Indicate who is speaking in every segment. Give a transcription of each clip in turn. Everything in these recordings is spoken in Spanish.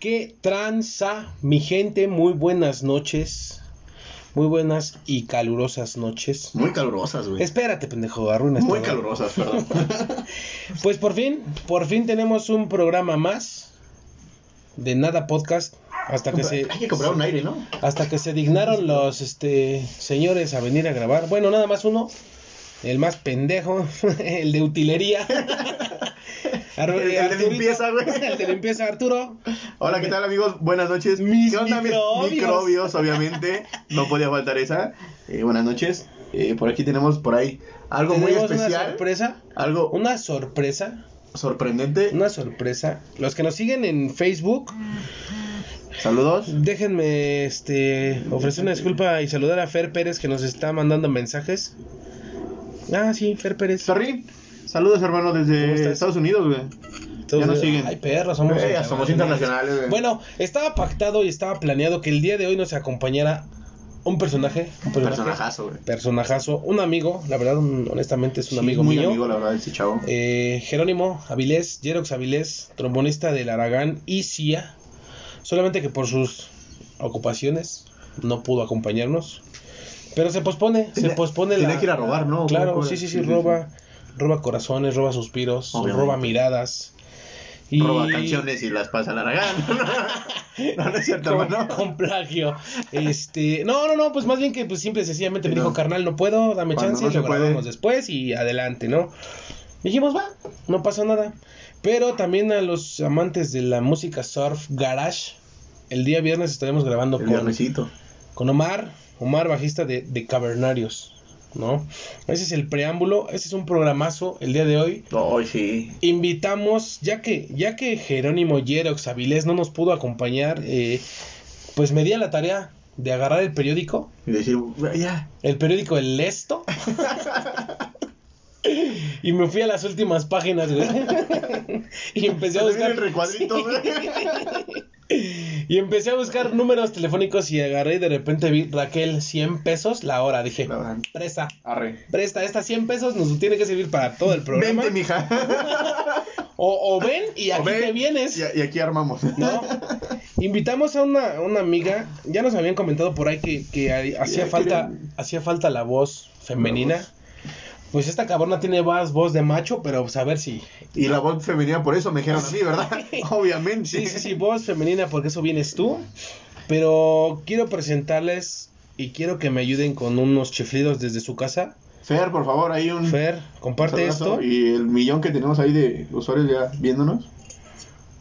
Speaker 1: ¿Qué tranza, mi gente? Muy buenas noches. Muy buenas y calurosas noches.
Speaker 2: Muy calurosas, güey.
Speaker 1: Espérate, pendejo, arruinas
Speaker 2: Muy
Speaker 1: todo.
Speaker 2: calurosas, perdón.
Speaker 1: Pues por fin, por fin tenemos un programa más de Nada Podcast hasta que se
Speaker 2: Hay que comprar un aire, ¿no?
Speaker 1: hasta que se dignaron los este señores a venir a grabar. Bueno, nada más uno, el más pendejo, el de utilería. Ar-
Speaker 2: El- el de
Speaker 1: Arturito.
Speaker 2: limpieza, güey.
Speaker 1: El de limpieza, Arturo.
Speaker 2: Hola, ¿qué tal, amigos? Buenas noches.
Speaker 1: Mis
Speaker 2: ¿Qué onda, mis
Speaker 1: microbios?
Speaker 2: microbios, obviamente. No podía faltar esa. Eh, buenas noches. Eh, por aquí tenemos por ahí algo muy
Speaker 1: Tenemos una
Speaker 2: especial.
Speaker 1: sorpresa,
Speaker 2: Algo
Speaker 1: una sorpresa,
Speaker 2: sorprendente.
Speaker 1: una sorpresa. Los que nos siguen en Facebook,
Speaker 2: Saludos.
Speaker 1: Déjenme este, ofrecer una disculpa y saludar a Fer Pérez que nos está mandando mensajes. Ah, sí, Fer Pérez.
Speaker 2: Sorry. Saludos, hermano,
Speaker 1: ¿Cómo
Speaker 2: desde
Speaker 1: estás?
Speaker 2: Estados Unidos, güey.
Speaker 1: Todos-
Speaker 2: ya nos siguen.
Speaker 1: Ay, perro, somos,
Speaker 2: Eh, ya somos internacionales, güey.
Speaker 1: Bueno, estaba pactado y estaba planeado que el día de hoy nos acompañara un personaje. Un
Speaker 2: Personajazo, güey.
Speaker 1: Personajazo, un amigo, la verdad, un- honestamente es un
Speaker 2: Sí,
Speaker 1: amigo
Speaker 2: muy
Speaker 1: mío.
Speaker 2: amigo, la verdad, ese chavo.
Speaker 1: Eh, Jerónimo Avilés, Jerox Avilés, trombonista del Aragán y CIA. Solamente que por sus ocupaciones no pudo acompañarnos. Pero se pospone, se
Speaker 2: Tenía-
Speaker 1: pospone la.
Speaker 2: tenía que ir a robar, ¿no?
Speaker 1: Claro,
Speaker 2: ¿Cómo-
Speaker 1: sí, sí, sí,
Speaker 2: sí, sí,
Speaker 1: roba, roba corazones, roba suspiros,
Speaker 2: Obviamente.
Speaker 1: roba miradas. Y...
Speaker 2: Roba canciones y las pasa al Aragán. no, no es cierto,
Speaker 1: Con,
Speaker 2: hermano.
Speaker 1: con plagio. Este, no, no, no, pues más bien que pues simple y sencillamente me
Speaker 2: Sí,
Speaker 1: dijo,
Speaker 2: no.
Speaker 1: carnal, no puedo, dame
Speaker 2: Cuando
Speaker 1: chance,
Speaker 2: no
Speaker 1: y
Speaker 2: se
Speaker 1: lo grabamos
Speaker 2: puede.
Speaker 1: después y adelante, ¿no? Dijimos, va, no pasa nada. Pero también a los amantes de la música surf garage, el día viernes estaremos grabando
Speaker 2: El
Speaker 1: con,
Speaker 2: viernesito.
Speaker 1: con Omar, Omar bajista de, de Cavernarios, ¿no? Ese es el preámbulo, ese es un programazo el día de hoy.
Speaker 2: Ay, sí.
Speaker 1: Invitamos, ya que, ya que Jerónimo Yerox Avilés no nos pudo acompañar, eh, pues me di a la tarea de agarrar el periódico,
Speaker 2: Y decir, "Güey, ya.
Speaker 1: el periódico El Lesto, y me fui a las últimas páginas, güey. y empecé a
Speaker 2: Se te viene
Speaker 1: buscar
Speaker 2: el recuadrito, güey.
Speaker 1: y empecé a buscar números telefónicos y agarré y de repente vi Raquel 100 pesos la hora, dije,
Speaker 2: La hora.
Speaker 1: presta,
Speaker 2: Arre.
Speaker 1: presta, estas 100 pesos nos tiene que servir para todo el programa.
Speaker 2: Vente, mija.
Speaker 1: O, o ven y aquí
Speaker 2: O ve,
Speaker 1: te vienes.
Speaker 2: Y, y aquí armamos.
Speaker 1: ¿no? Invitamos a una, a una amiga, ya nos habían comentado por ahí que, que hay- hacía
Speaker 2: Ya
Speaker 1: falta,
Speaker 2: querían-
Speaker 1: hacía falta la voz femenina.
Speaker 2: La voz.
Speaker 1: Pues esta cabrona tiene más voz de macho, pero pues a ver si.
Speaker 2: Y la voz femenina, por eso me dijeron así, ¿verdad? Obviamente.
Speaker 1: Sí, sí, sí, voz femenina, porque eso vienes tú. Pero quiero presentarles y quiero que me ayuden con unos chiflidos desde su casa.
Speaker 2: Fer, por favor, hay un.
Speaker 1: Fer, comparte
Speaker 2: saludazo.
Speaker 1: esto.
Speaker 2: Y el millón que tenemos ahí de usuarios ya viéndonos.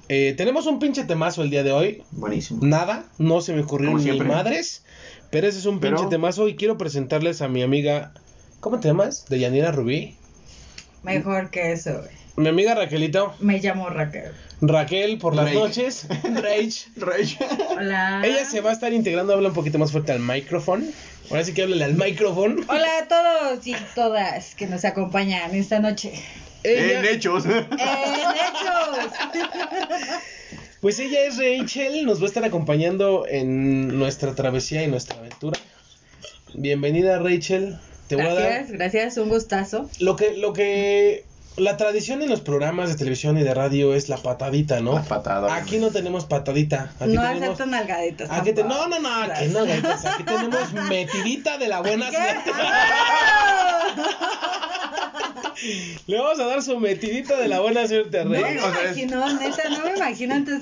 Speaker 1: Eh, tenemos un pinche temazo el día de hoy.
Speaker 2: Buenísimo.
Speaker 1: Nada, no se me ocurrió
Speaker 2: Como
Speaker 1: ni
Speaker 2: siempre.
Speaker 1: madres. Pero ese es un
Speaker 2: Pero-
Speaker 1: pinche temazo y quiero presentarles a mi amiga. ¿Cómo te llamas? De Yanira Rubí.
Speaker 3: Mejor que eso. güey.
Speaker 1: Mi amiga Raquelito.
Speaker 3: Me llamo Raquel.
Speaker 1: Raquel por las
Speaker 2: Rage.
Speaker 1: noches. Rage.
Speaker 2: Rey.
Speaker 3: Hola.
Speaker 1: Ella se va a estar integrando, habla un poquito más fuerte al micrófono. Ahora sí que háblale al micrófono.
Speaker 3: Hola a todos y todas que nos acompañan esta noche.
Speaker 1: Ella-
Speaker 2: En hechos.
Speaker 3: En hechos.
Speaker 1: pues ella es Rachel, nos va a estar acompañando en nuestra travesía y nuestra aventura. Bienvenida Rachel. Te voy a dar
Speaker 3: Gracias, gracias, un gustazo.
Speaker 1: Lo que, lo que. La tradición en los programas de televisión y de radio es la patadita, ¿no?
Speaker 2: La patada,
Speaker 1: Aquí no tenemos patadita. Aquí
Speaker 3: no
Speaker 1: tenemos.
Speaker 3: aceptan nalgaditas.
Speaker 1: Aquí te- No,
Speaker 3: tampoco.
Speaker 1: no, no, aquí no, gaitas, Aquí tenemos metidita de la buena
Speaker 3: ¿Qué? Ah,
Speaker 1: suerte. Le vamos a dar su metidita de la buena suerte a
Speaker 3: No me
Speaker 1: Rey.
Speaker 2: o sea, es-
Speaker 3: imagino, neta, no me imagino antes.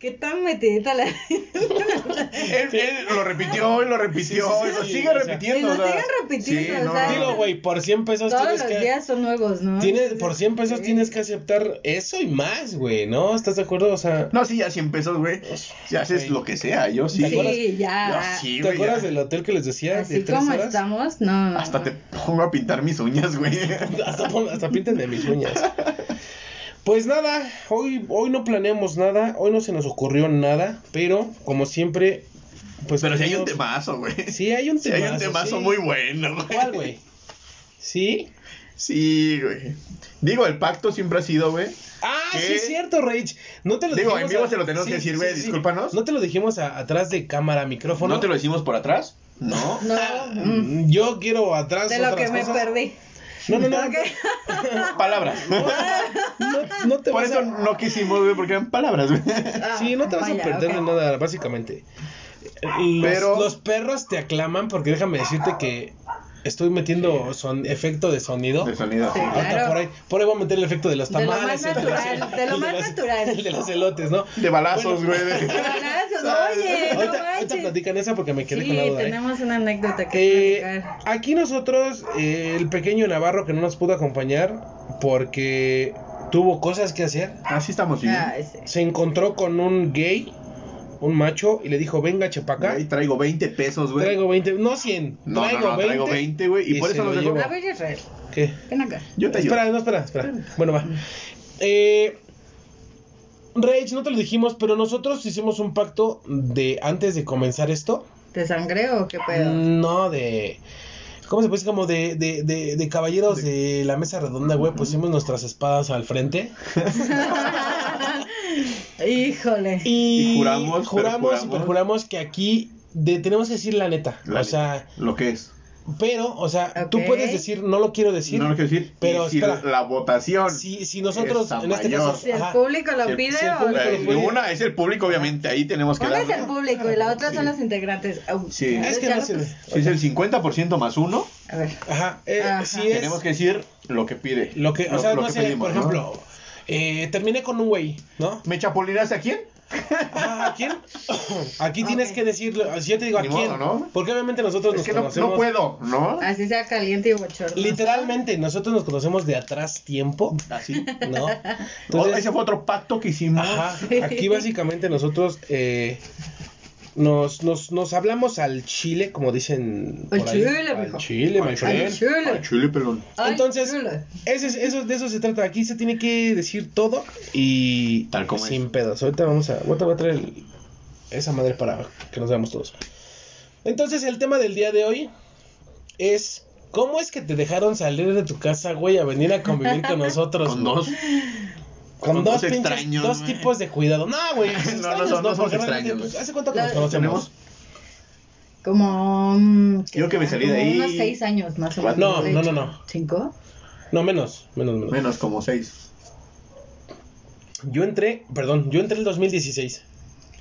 Speaker 3: ¿Qué tan metidita la.?
Speaker 2: Él, él lo repitió y lo repitió
Speaker 1: Sí, sí, sí,
Speaker 2: y lo
Speaker 1: sí,
Speaker 2: sigue
Speaker 1: o sea,
Speaker 2: repitiendo.
Speaker 3: y lo
Speaker 2: o sea,
Speaker 3: siguen repitiendo,
Speaker 2: sí,
Speaker 3: o sea,
Speaker 1: Digo, güey, por 100 pesos
Speaker 3: Todos
Speaker 1: tienes
Speaker 3: los
Speaker 1: que.
Speaker 3: días son nuevos, ¿no?
Speaker 1: tienes- por 100 pesos
Speaker 3: Sí.
Speaker 1: tienes que aceptar eso y más, güey, ¿no? ¿Estás de acuerdo? O sea.
Speaker 2: No, sí, ya 100 pesos, güey. Ya haces lo que sea, yo sí.
Speaker 1: ¿Te acuerdas?
Speaker 3: Sí, ya.
Speaker 2: Yo sí,
Speaker 1: ¿Te
Speaker 2: güey,
Speaker 1: acuerdas
Speaker 2: ya.
Speaker 1: del hotel que les decía?
Speaker 3: Así
Speaker 1: de tres
Speaker 3: como
Speaker 1: horas?
Speaker 3: estamos, no. no,
Speaker 2: Hasta
Speaker 3: no.
Speaker 2: te pongo a pintar mis uñas, güey.
Speaker 1: hasta, pon- hasta píntenme mis uñas. Pues nada, hoy, hoy no planeamos nada, hoy no se nos ocurrió nada, pero como siempre, pues.
Speaker 2: Pero si hay
Speaker 1: queremos-
Speaker 2: un temazo, güey.
Speaker 1: Sí, hay un
Speaker 2: Si
Speaker 1: temazo.
Speaker 2: hay un temazo
Speaker 1: sí.
Speaker 2: muy bueno, güey.
Speaker 1: ¿Cuál, güey? ¿Sí?
Speaker 2: Sí, güey. Digo, el pacto siempre ha sido, güey.
Speaker 1: Ah,
Speaker 2: ¿Qué?
Speaker 1: sí es cierto, Rage. No te lo
Speaker 2: Digo,
Speaker 1: dijimos
Speaker 2: en vivo
Speaker 1: a-
Speaker 2: se lo tenemos que decir, güey, discúlpanos.
Speaker 1: No te lo dijimos a- atrás de cámara, micrófono.
Speaker 2: decimos por atrás? No.
Speaker 3: No,
Speaker 1: Mm, Yo quiero atrás
Speaker 3: de lo
Speaker 1: otras
Speaker 3: que me
Speaker 1: cosas.
Speaker 3: perdí.
Speaker 1: No, no, no.
Speaker 3: Ok.
Speaker 2: Palabras.
Speaker 1: No, no te
Speaker 2: Por
Speaker 1: vas
Speaker 2: eso
Speaker 1: a-
Speaker 2: no quisimos, güey, porque eran palabras, güey.
Speaker 1: Sí, no te vas
Speaker 3: Ah, Vaya,
Speaker 1: a perder
Speaker 3: ok.
Speaker 1: de nada, básicamente. Los,
Speaker 2: Pero-
Speaker 1: los perros te aclaman porque déjame decirte que estoy metiendo son, efecto de sonido.
Speaker 2: De sonido.
Speaker 3: Sí.
Speaker 1: Ahorita
Speaker 3: Claro.
Speaker 1: por, ahí, por ahí voy a meter el efecto de los
Speaker 3: De lo
Speaker 1: tamales.
Speaker 3: más
Speaker 1: el
Speaker 3: natural,
Speaker 1: los-
Speaker 3: de lo
Speaker 1: el
Speaker 3: más
Speaker 1: los-
Speaker 3: natural.
Speaker 1: El de los elotes, ¿no?
Speaker 2: De balazos, güey.
Speaker 3: Qué
Speaker 2: de-
Speaker 3: balazos, Oye,
Speaker 1: ahorita,
Speaker 3: no
Speaker 1: ahorita
Speaker 3: manches.
Speaker 1: platican esa porque me quedé
Speaker 3: Sí,
Speaker 1: con la duda. ¿eh?
Speaker 3: tenemos una anécdota que
Speaker 1: Eh,
Speaker 3: platicar.
Speaker 1: aquí nosotros, eh, el pequeño Navarro que no nos pudo acompañar porque tuvo cosas que hacer,
Speaker 2: Así estamos, sí.
Speaker 3: Ay, sí.
Speaker 1: se encontró con un gay, un macho, y le dijo, venga, chepaca,
Speaker 2: Güey, traigo 20 pesos, güey.
Speaker 1: traigo 20, no 100,
Speaker 2: No,
Speaker 1: traigo,
Speaker 2: no, no,
Speaker 1: 20,
Speaker 2: traigo 20, güey, y por
Speaker 1: se
Speaker 2: eso los
Speaker 1: lo
Speaker 2: dejó.
Speaker 1: llevó.
Speaker 3: A ver, Israel,
Speaker 1: ¿Qué?
Speaker 3: ven acá.
Speaker 2: Yo te ayudo.
Speaker 1: Espera, no, espera, espera. Bueno, va. Eh, Rage, no te lo dijimos, pero nosotros hicimos un pacto de antes de comenzar esto.
Speaker 3: ¿Te sangreo o qué pedo?
Speaker 1: No, de. ¿Cómo se puede decir? Como de, de, de, de caballeros de... la mesa redonda, güey. Pusimos nuestras espadas al frente.
Speaker 3: Híjole.
Speaker 1: Y,
Speaker 2: Y
Speaker 1: juramos
Speaker 2: juramos,
Speaker 1: y
Speaker 2: perjuramos.
Speaker 1: perjuramos que aquí de- tenemos que decir la neta.
Speaker 2: La
Speaker 1: o sea,
Speaker 2: Lo que es.
Speaker 1: pero, o sea, tú
Speaker 3: Ok.
Speaker 1: puedes decir, no lo quiero decir.
Speaker 2: No lo quiero decir.
Speaker 1: Pero
Speaker 2: y si
Speaker 1: espera.
Speaker 2: la votación. Eh,
Speaker 1: si, si nosotros,
Speaker 2: Está
Speaker 1: en este
Speaker 2: mayor.
Speaker 1: caso.
Speaker 3: Si el
Speaker 1: ajá,
Speaker 3: público
Speaker 2: Si
Speaker 3: lo
Speaker 2: el-
Speaker 3: pide
Speaker 1: si el
Speaker 3: o...
Speaker 1: público
Speaker 2: Eh,
Speaker 1: lo pide.
Speaker 2: una es el público, obviamente. Ahí tenemos que
Speaker 3: Una
Speaker 2: dar.
Speaker 3: es el
Speaker 2: ¿no?
Speaker 3: público y la otra son los integrantes. Au,
Speaker 2: Sí.
Speaker 1: es que
Speaker 3: ya
Speaker 1: no
Speaker 3: lo
Speaker 1: se ve.
Speaker 2: Si
Speaker 3: puse.
Speaker 2: es el 50% más uno,
Speaker 3: A ver.
Speaker 1: Ajá, eh,
Speaker 3: Ajá.
Speaker 1: si es.
Speaker 2: tenemos que decir lo que pide.
Speaker 1: Lo que, o
Speaker 2: Lo-
Speaker 1: sea,
Speaker 2: lo
Speaker 1: no
Speaker 2: que
Speaker 1: sé,
Speaker 2: pedimos,
Speaker 1: por
Speaker 2: ¿no?
Speaker 1: ejemplo, eh, terminé con un güey, ¿no?
Speaker 2: ¿Me chapolinaste a quién?
Speaker 1: Ah, ¿A quién? Aquí
Speaker 3: Ok.
Speaker 1: tienes que decirlo. Si yo te digo a
Speaker 2: Ni
Speaker 1: quién,
Speaker 2: modo, ¿no?
Speaker 1: porque obviamente nosotros
Speaker 2: Es
Speaker 1: nos
Speaker 2: que no,
Speaker 1: conocemos.
Speaker 2: no puedo, ¿no?
Speaker 3: Así sea caliente y bochorno.
Speaker 1: Literalmente, nosotros nos conocemos de atrás tiempo,
Speaker 2: Así.
Speaker 1: ¿no?
Speaker 2: Oh,
Speaker 1: Entonces,
Speaker 2: ese fue otro pacto que hicimos.
Speaker 1: ajá, aquí básicamente nosotros eh, nos, nos, nos hablamos al chile, como dicen.
Speaker 3: Al
Speaker 1: por
Speaker 3: chile,
Speaker 1: Al
Speaker 3: mijo.
Speaker 1: chile, my
Speaker 2: chile.
Speaker 1: friend.
Speaker 3: chile.
Speaker 2: Al chile, pelón.
Speaker 3: Ay,
Speaker 1: Entonces,
Speaker 3: chulo.
Speaker 1: Ese es- eso, de eso se trata. Aquí se tiene que decir todo y
Speaker 2: Tal como
Speaker 1: sin
Speaker 2: es.
Speaker 1: pedos. Ahorita vamos a, ahorita voy a traer el- esa madre para que nos veamos todos. Entonces, el tema del día de hoy es ¿cómo es que te dejaron salir de tu casa, güey, a venir a convivir con nosotros?
Speaker 2: Con
Speaker 1: güey?
Speaker 2: dos.
Speaker 1: Con,
Speaker 2: con
Speaker 1: dos,
Speaker 2: dos
Speaker 1: pinches-
Speaker 2: extraños,
Speaker 1: dos
Speaker 2: güey.
Speaker 1: tipos de cuidado. No, güey, extraños,
Speaker 2: no son- no somos
Speaker 1: porque realmente,
Speaker 2: extraños,
Speaker 1: pues,
Speaker 2: güey.
Speaker 1: ¿Hace cuánto que nos
Speaker 3: La-
Speaker 1: conocemos?
Speaker 3: Como... mm,
Speaker 2: Yo que me
Speaker 3: será,
Speaker 2: salí de
Speaker 3: como
Speaker 2: ahí-
Speaker 3: Unos seis años más o menos.
Speaker 1: No,
Speaker 3: de
Speaker 1: no,
Speaker 3: hecho.
Speaker 1: no, no.
Speaker 3: ¿Cinco?
Speaker 1: No, menos, menos, menos.
Speaker 2: Menos como seis.
Speaker 1: Yo entré, perdón, yo entré el 2016.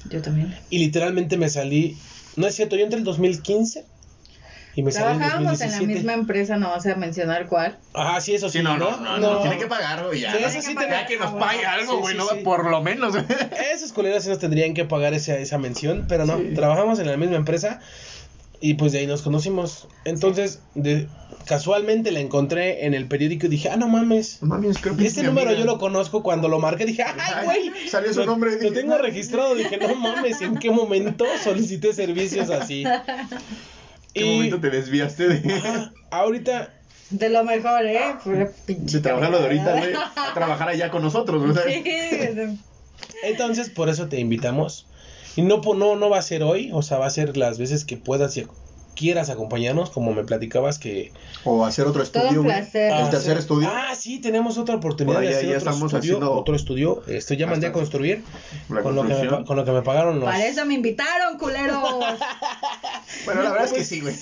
Speaker 3: Yo también.
Speaker 1: Y literalmente me salí. No es cierto, yo entré en el 2015 y me salí en el
Speaker 3: Trabajábamos en la
Speaker 1: 2017.
Speaker 3: misma empresa, no vas a mencionar cuál.
Speaker 1: Ajá, Ah, sí, eso sí.
Speaker 2: Sí, no, no, no, no, Tiene que pagar, güey. Ya,
Speaker 1: Sí,
Speaker 2: Ya
Speaker 1: eso sí
Speaker 3: Tiene que
Speaker 1: tenía-
Speaker 3: pagar.
Speaker 2: que nos pague algo,
Speaker 1: Sí,
Speaker 2: güey.
Speaker 1: sí,
Speaker 2: no,
Speaker 1: sí.
Speaker 2: por lo menos.
Speaker 1: Esos culeros sí nos tendrían que pagar esa, esa mención, pero no.
Speaker 2: Sí.
Speaker 1: Trabajamos en la misma empresa y pues de ahí nos conocimos. Entonces, de- casualmente la encontré en el periódico y dije, ah, no mames.
Speaker 2: Mami, creo que es
Speaker 1: Este
Speaker 2: mi
Speaker 1: número
Speaker 2: amiga.
Speaker 1: yo lo conozco cuando lo marqué. Dije, ¡ay,
Speaker 2: Ay,
Speaker 1: güey!
Speaker 2: salió su
Speaker 1: Lo-
Speaker 2: nombre. "Ah,
Speaker 1: Lo tengo registrado. Dije, no mames, ¿en qué momento solicité servicios así?
Speaker 2: ¿Qué momento te desviaste de,
Speaker 1: Ajá, ahorita
Speaker 3: De lo mejor, ¿eh? Pura pinche
Speaker 2: de trabajar lo de ahorita,
Speaker 3: cagada.
Speaker 2: güey? A trabajar allá con nosotros, güey. ¿sabes?
Speaker 3: Sí.
Speaker 1: Entonces, por eso te invitamos. Y no, po- no, no va a ser hoy, o sea, va a ser las veces que puedas y ac- quieras acompañarnos, como me platicabas que...
Speaker 2: O hacer otro
Speaker 3: Todo
Speaker 2: estudio,
Speaker 3: un
Speaker 2: güey.
Speaker 3: placer.
Speaker 2: El tercer estudio.
Speaker 1: Ah, sí, tenemos otra oportunidad
Speaker 2: Por ahí
Speaker 1: de hacer
Speaker 2: ya
Speaker 1: otro
Speaker 2: estamos
Speaker 1: estudio,
Speaker 2: haciendo-
Speaker 1: otro estudio. Esto ya mandé a
Speaker 2: Hasta-
Speaker 1: construir
Speaker 2: La
Speaker 1: con lo, que me, pa-
Speaker 2: construcción.
Speaker 1: con lo que me pagaron los...
Speaker 3: Para eso me invitaron, culeros.
Speaker 2: Bueno, la verdad es que sí, güey.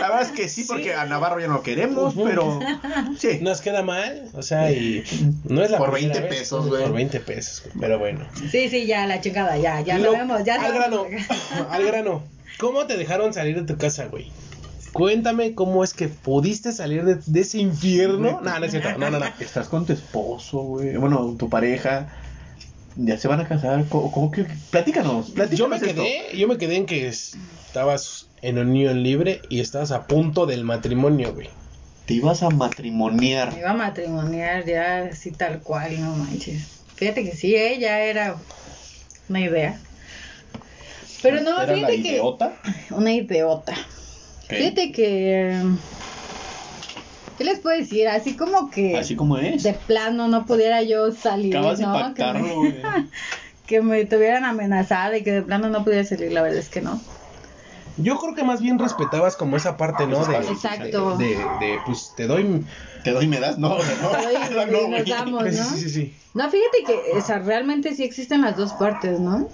Speaker 2: La verdad es que sí, porque a Navarro ya no lo queremos,
Speaker 1: Ujú.
Speaker 2: pero sí.
Speaker 1: Nos queda mal, o sea, y no es la
Speaker 2: Por
Speaker 1: primera
Speaker 2: 20
Speaker 1: vez,
Speaker 2: pesos, güey.
Speaker 1: Por 20 pesos, güey, pero bueno.
Speaker 3: Sí, sí, ya, la chingada, ya, ya
Speaker 1: Lo-
Speaker 3: sabemos, ya
Speaker 1: Al grano,
Speaker 3: sabemos.
Speaker 1: al grano. ¿Cómo te dejaron salir de tu casa, güey? Cuéntame cómo es que pudiste salir de, de ese infierno. No, no es cierto. No, no, no.
Speaker 2: Estás con tu esposo, güey. Bueno, tu pareja. Ya se van a casar. ¿Cómo, cómo que? Platícanos. platícanos
Speaker 1: Yo me
Speaker 2: esto.
Speaker 1: quedé, yo me quedé en que es- estabas en unión libre y estabas a punto del matrimonio, güey.
Speaker 2: Te ibas a
Speaker 3: Me
Speaker 2: matrimoniar.
Speaker 3: iba a matrimoniar ya así tal cual, no manches. Fíjate que sí, ¿eh? ya era una idea. Pero no,
Speaker 2: ¿Era la
Speaker 3: fíjate que...
Speaker 2: idiota?
Speaker 3: Una idiota.
Speaker 2: Ok.
Speaker 3: Fíjate que... eh, ¿Qué les puedo decir? Así como que...
Speaker 2: Así como es.
Speaker 3: de plano no pudiera yo salir,
Speaker 2: Acabas de
Speaker 3: ¿no?
Speaker 2: impactarlo,
Speaker 3: que,
Speaker 2: güey.
Speaker 3: me, que me tuvieran amenazada y que de plano no pudiera salir, la verdad es que no.
Speaker 1: Yo creo que más bien respetabas como esa parte, ¿no? De,
Speaker 3: Exacto.
Speaker 1: De, de, de, pues te doy.
Speaker 2: ¿Te doy me das? No, o sea, no.
Speaker 3: Te doy y
Speaker 2: No,
Speaker 3: nos
Speaker 2: güey.
Speaker 3: damos.
Speaker 1: Sí,
Speaker 3: Pues, ¿no?
Speaker 1: sí, sí, sí.
Speaker 3: No, fíjate que o sea, realmente sí existen las dos partes, ¿no?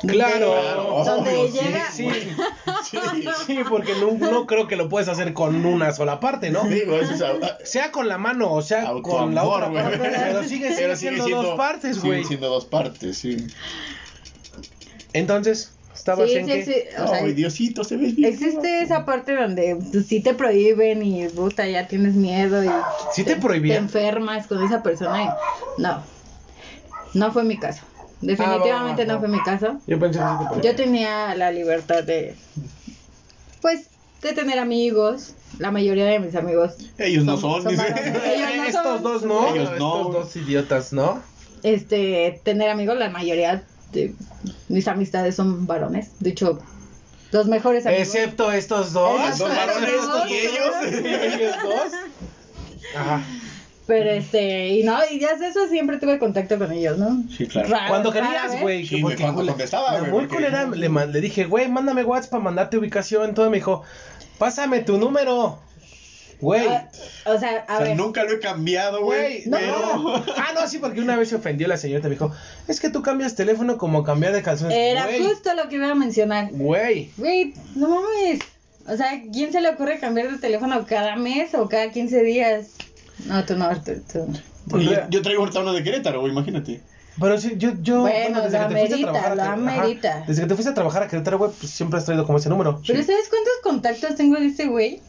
Speaker 1: Claro.
Speaker 2: Claro.
Speaker 3: Donde
Speaker 2: Oh,
Speaker 3: llega.
Speaker 1: Sí, sí,
Speaker 2: Sí,
Speaker 1: sí, porque no, no creo que lo puedes hacer con una sola parte, ¿no?
Speaker 2: digo, eso es a-
Speaker 1: Sea con la mano o sea
Speaker 2: Autoamor,
Speaker 1: con la otra
Speaker 2: güey.
Speaker 1: parte. Pero sigue, sigue
Speaker 2: Pero
Speaker 1: siendo, dos partes,
Speaker 2: sigue
Speaker 1: güey.
Speaker 2: siendo dos partes, sí.
Speaker 1: Entonces, estabas
Speaker 3: Sí,
Speaker 1: en
Speaker 3: sí,
Speaker 1: que.
Speaker 3: sí, o sea,
Speaker 2: Ay, Diosito, se ve bien.
Speaker 3: existe esa parte donde pues, sí te prohíben y puta, ya tienes miedo y
Speaker 1: ¿Sí te
Speaker 3: te
Speaker 1: prohibían?
Speaker 3: enfermas con esa persona y no. No fue mi caso. Definitivamente
Speaker 1: Ah, va, va, va.
Speaker 3: no fue mi caso.
Speaker 1: Yo pensé que sí te prohibían.
Speaker 3: Yo tenía la libertad de pues de tener amigos. La mayoría de mis amigos
Speaker 2: Ellos no son, dice.
Speaker 3: varones. Ellos no
Speaker 1: Estos
Speaker 3: son-
Speaker 1: dos no,
Speaker 2: Ellos no.
Speaker 1: estos dos idiotas no.
Speaker 3: este, tener amigos, la mayoría de mis amistades son varones. De hecho, los mejores amigos.
Speaker 1: Excepto estos dos.
Speaker 2: Dos
Speaker 3: Ellos son
Speaker 2: varones
Speaker 3: amigos,
Speaker 2: y ellos.
Speaker 1: Ellos dos. Ajá.
Speaker 3: Pero este, y no, y ya de eso siempre tuve contacto con ellos, ¿no?
Speaker 2: Sí, claro.
Speaker 3: Raro,
Speaker 1: Cuando
Speaker 3: rara
Speaker 1: querías,
Speaker 3: vez.
Speaker 1: güey.
Speaker 2: Sí,
Speaker 1: porque
Speaker 2: cuando
Speaker 1: cule-
Speaker 2: contestaba,
Speaker 1: la
Speaker 2: güey,
Speaker 1: Muy
Speaker 2: porque-
Speaker 1: culera, le, man- le dije, güey, mándame WhatsApp para mandarte ubicación. Entonces me dijo, pásame tu número. Güey.
Speaker 3: Ah, o sea, a
Speaker 2: O sea,
Speaker 3: ver.
Speaker 2: nunca lo he cambiado, güey.
Speaker 1: Güey, no.
Speaker 2: pero-
Speaker 1: Ah, no, sí, porque una vez se ofendió la señorita. Me dijo, es que tú cambias teléfono como cambiar de calzones.
Speaker 3: Era
Speaker 1: Güey,
Speaker 3: justo lo que iba a mencionar.
Speaker 1: Güey.
Speaker 3: Güey, no mames. O sea, ¿quién se le ocurre cambiar de teléfono cada mes o cada 15 días? No, tú no, tú. tú.
Speaker 2: Porque yo, yo traigo ahorita uno de Querétaro, güey, imagínate.
Speaker 1: Pero sí, yo, yo
Speaker 3: Bueno, lo amerita, lo
Speaker 1: Querétaro- ajá,
Speaker 3: amerita.
Speaker 1: desde que te fuiste a trabajar a Querétaro, güey, pues siempre has traído como ese número.
Speaker 3: Pero ¿sabes cuántos contactos tengo de este güey?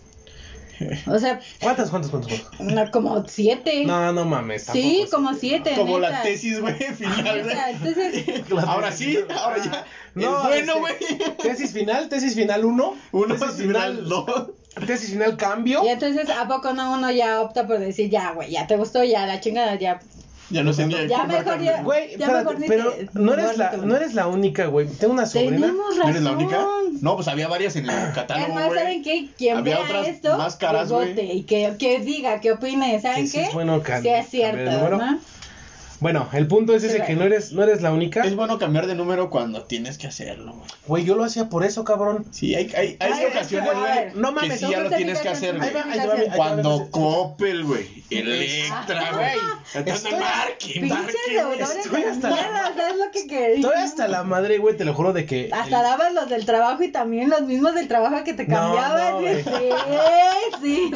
Speaker 3: O sea,
Speaker 1: ¿Cuántas, cuántas, cuántas? cuántas?
Speaker 3: no, como siete.
Speaker 1: No, no mames.
Speaker 3: sí,
Speaker 1: tampoco,
Speaker 3: como siete.
Speaker 2: Como
Speaker 3: neta.
Speaker 2: la tesis, güey, final, güey.
Speaker 3: Neta, entonces,
Speaker 1: La
Speaker 2: Ahora sí,
Speaker 1: tesis.
Speaker 2: ahora ya.
Speaker 1: No,
Speaker 2: el bueno, güey.
Speaker 1: este, Tesis final, tesis final 1.
Speaker 2: Uno
Speaker 1: tesis
Speaker 2: final, dos.
Speaker 1: Tesis final cambio.
Speaker 3: y entonces, ¿a poco no uno ya opta por decir, ya, güey, ya te gustó, ya, la chingada, ya?
Speaker 2: Ya no sé ni
Speaker 3: Ya
Speaker 2: cómo
Speaker 3: mejor
Speaker 2: marcarme.
Speaker 3: ya-
Speaker 1: Güey,
Speaker 3: Ya
Speaker 1: espérate,
Speaker 3: mejor ni
Speaker 1: pero
Speaker 3: te-
Speaker 1: no eres,
Speaker 3: mejor
Speaker 1: la,
Speaker 3: ni te-
Speaker 1: no eres la única, güey. Tengo una sobrina.
Speaker 3: Tenemos
Speaker 2: ¿No
Speaker 3: razón.
Speaker 2: eres la única? No, pues había varias en el catálogo,
Speaker 3: Es
Speaker 2: güey.
Speaker 3: más, ¿saben qué? Quien
Speaker 2: Había
Speaker 3: vea
Speaker 2: otras
Speaker 3: esto,
Speaker 2: más caras,
Speaker 3: que vote
Speaker 2: güey.
Speaker 3: y que, que diga, que opine, ¿saben
Speaker 1: Que sí
Speaker 3: qué?
Speaker 1: es bueno cam-
Speaker 3: sí
Speaker 1: cambiar
Speaker 3: es
Speaker 1: el
Speaker 3: cierto,
Speaker 1: número.
Speaker 3: ¿no?
Speaker 1: Bueno, el punto es ese
Speaker 3: Sí,
Speaker 1: que
Speaker 3: güey.
Speaker 1: no eres, no eres la única.
Speaker 2: Es bueno cambiar de número cuando tienes que hacerlo, güey.
Speaker 1: Güey, yo lo hacía por eso, cabrón.
Speaker 2: Sí, hay, hay, hay
Speaker 3: Ay,
Speaker 2: ocasiones,
Speaker 3: es que, a
Speaker 2: güey,
Speaker 3: ver,
Speaker 1: no mames,
Speaker 2: que sí ya
Speaker 3: son
Speaker 2: lo tienes que hacer,
Speaker 3: justificaciones.
Speaker 2: güey.
Speaker 1: Ahí va, ahí va, ahí va,
Speaker 3: Justificación.
Speaker 1: ahí va.
Speaker 2: Cuando Coppel, güey, Electra, güey.
Speaker 3: Ah,
Speaker 2: Entonces,
Speaker 1: Estoy-
Speaker 2: marquen,
Speaker 3: Pinches
Speaker 2: marquen, güey.
Speaker 3: deudores
Speaker 1: estoy
Speaker 3: de
Speaker 1: hasta la-
Speaker 3: mierda, o sea, es lo que quería.
Speaker 1: Estoy hasta la eh. madre, güey, te lo juro de que.
Speaker 3: Hasta
Speaker 1: el-
Speaker 3: dabas los del trabajo y también los mismos del trabajo que te
Speaker 1: No,
Speaker 3: cambiaban.
Speaker 1: no,
Speaker 3: sí, sí.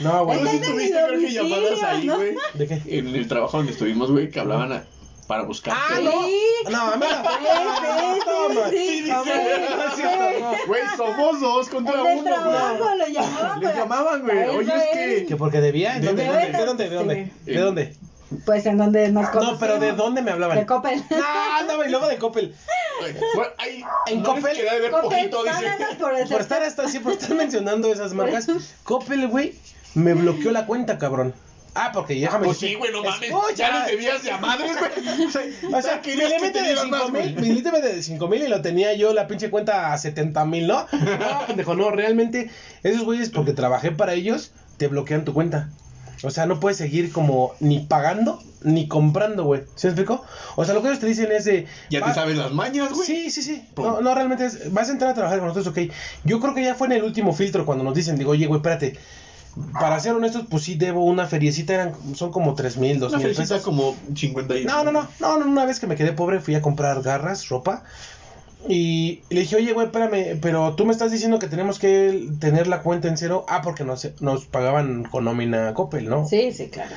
Speaker 1: No, güey.
Speaker 2: Tú sí
Speaker 3: Estás en mi
Speaker 2: tuviste, creo que
Speaker 3: domicilio,
Speaker 2: llamadas ahí,
Speaker 3: ¿no?
Speaker 2: güey.
Speaker 1: ¿De qué?
Speaker 2: En el trabajo donde estuvimos, güey, que hablaban a- para buscar.
Speaker 1: ¡Ah,
Speaker 3: Sí.
Speaker 1: no! No, a mí
Speaker 3: Sí, sí,
Speaker 1: Toma.
Speaker 3: sí,
Speaker 2: sí,
Speaker 1: A mí no es cierto, no.
Speaker 2: Güey, somos dos contra
Speaker 3: El
Speaker 2: uno,
Speaker 3: del
Speaker 2: güey.
Speaker 3: trabajo lo llamaban.
Speaker 2: Le
Speaker 3: para-
Speaker 2: llamaban, güey,
Speaker 3: para
Speaker 2: oye,
Speaker 3: eso
Speaker 2: es que-
Speaker 1: ¿Que porque debía? ¿De
Speaker 2: ¿De
Speaker 1: dónde?
Speaker 2: dónde?
Speaker 1: ¿De dónde? ¿De dónde?
Speaker 2: Sí.
Speaker 1: ¿De dónde?
Speaker 3: Pues en donde nos
Speaker 1: No, pero ¿de
Speaker 3: conocimos.
Speaker 1: dónde me hablaban?
Speaker 3: De Coppel.
Speaker 1: No, no, y luego de Coppel.
Speaker 2: Güey, ahí
Speaker 1: En
Speaker 2: no les
Speaker 1: Coppel-
Speaker 2: queda de ver
Speaker 3: Coppel,
Speaker 2: poquito, dice.
Speaker 3: páganos por el
Speaker 1: Por estar hasta sí, por estar mencionando esas marcas, Coppel, güey, me bloqueó la cuenta, cabrón. Ah, porque déjame
Speaker 2: Pues
Speaker 1: decirte-
Speaker 2: sí, güey, no mames.
Speaker 1: Escucha.
Speaker 2: Ya nos debías de a madres, güey.
Speaker 1: O sea, mi
Speaker 2: querías
Speaker 1: límite
Speaker 2: te
Speaker 1: de
Speaker 2: dieran más,
Speaker 1: 5 mil,
Speaker 2: güey.
Speaker 1: mi límite de 5 mil y lo tenía yo la pinche cuenta a 70 mil, ¿no? No, pendejo, no, realmente esos güeyes porque trabajé para ellos, te bloquean tu cuenta. O sea, no puedes seguir como ni pagando ni comprando, güey. ¿Sí me explico? O sea, lo que ellos te dicen es de...
Speaker 2: Ya
Speaker 1: "Va-
Speaker 2: te sabes las mañas, güey.
Speaker 1: Sí, sí, sí.
Speaker 2: Pum.
Speaker 1: No, no, realmente es- vas a entrar a trabajar con nosotros, ok. Yo creo que ya fue en el último filtro cuando nos dicen, digo, oye, güey, espérate. Para ser honestos, pues sí debo una feriecita, eran, son como tres mil, dos
Speaker 2: Una
Speaker 1: mil
Speaker 2: felicita
Speaker 1: pesos.
Speaker 2: como 50 y...
Speaker 1: No, no, no, no, no, una vez que me quedé pobre fui a comprar garras, ropa. Y le dije, oye, güey, espérame, pero tú me estás diciendo que tenemos que tener la cuenta en cero. Ah, porque nos, nos pagaban con nómina Coppel, ¿no?
Speaker 3: Sí, sí, claro.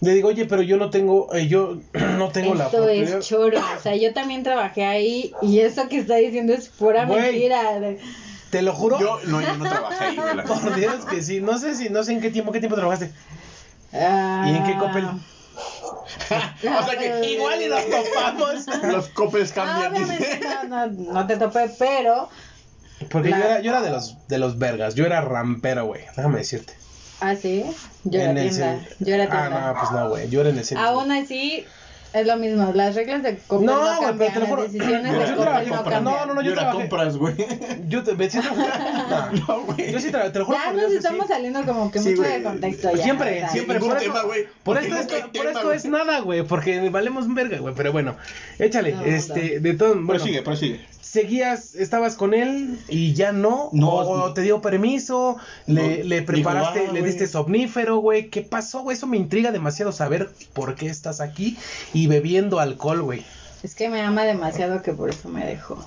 Speaker 1: Le digo, oye, pero yo no tengo, eh, yo no tengo la
Speaker 3: Esto
Speaker 1: oportunidad".
Speaker 3: es choro. O sea, yo también trabajé ahí y eso que está diciendo es pura
Speaker 1: Güey.
Speaker 3: mentira. de-
Speaker 1: Te lo juro.
Speaker 2: Yo no, yo no trabajé ahí, güey. la
Speaker 1: Por Dios que sí, no sé si, no sé en qué tiempo, qué tiempo trabajaste.
Speaker 3: Ah,
Speaker 1: ¿Y en qué Coppel?
Speaker 2: neta. O sea que igual
Speaker 1: y nos topamos.
Speaker 2: los copes
Speaker 3: Ah,
Speaker 2: cambian.
Speaker 3: obviamente no, no, no te topé, pero
Speaker 1: Porque
Speaker 3: La-
Speaker 1: yo era, yo era de los de los vergas, yo era rampero, güey. Déjame decirte.
Speaker 3: ah sí, yo era
Speaker 1: En el
Speaker 3: tienda,
Speaker 1: cen-
Speaker 3: yo era tienda.
Speaker 1: Ah, no, pues no, güey. Yo era en el centro.
Speaker 3: Aún así es lo mismo, las reglas de Coppel no,
Speaker 1: No, güey, pero
Speaker 3: cambian,
Speaker 1: te lo juro.
Speaker 3: las decisiones
Speaker 1: Yo
Speaker 3: de
Speaker 1: trabajé
Speaker 3: Coppel no
Speaker 1: comprando.
Speaker 3: cambian.
Speaker 1: No, no, no, yo
Speaker 2: era
Speaker 1: trabajé.
Speaker 2: compras, güey.
Speaker 1: Yo te, me siento- No,
Speaker 2: No, güey.
Speaker 1: Yo sí te, te lo juro.
Speaker 3: Ya
Speaker 1: por
Speaker 3: nos
Speaker 1: Dios que
Speaker 3: estamos
Speaker 1: sí.
Speaker 3: saliendo como que
Speaker 2: Sí,
Speaker 3: mucho
Speaker 2: güey.
Speaker 3: de contexto ya.
Speaker 1: Siempre,
Speaker 3: o sea,
Speaker 1: siempre.
Speaker 2: Ningún
Speaker 1: Por, eso,
Speaker 2: tema, güey.
Speaker 1: por
Speaker 2: Porque
Speaker 1: esto,
Speaker 2: no
Speaker 1: es,
Speaker 2: hay
Speaker 1: por
Speaker 2: tema,
Speaker 1: esto
Speaker 2: güey.
Speaker 1: es nada, güey. Porque valemos un verga, güey. Pero bueno, échale.
Speaker 3: No,
Speaker 1: este, de todo. Bueno,
Speaker 2: Prosigue, prosigue.
Speaker 1: seguías, estabas con él y ya no.
Speaker 2: No,
Speaker 1: o te dio permiso, le,
Speaker 2: No,
Speaker 1: le preparaste,
Speaker 2: dijo, ah,
Speaker 1: le
Speaker 2: güey.
Speaker 1: diste somnífero, güey. ¿Qué pasó, güey? Eso me intriga demasiado saber por qué estás aquí y bebiendo alcohol, güey.
Speaker 3: Es que me ama demasiado que por eso me dejó.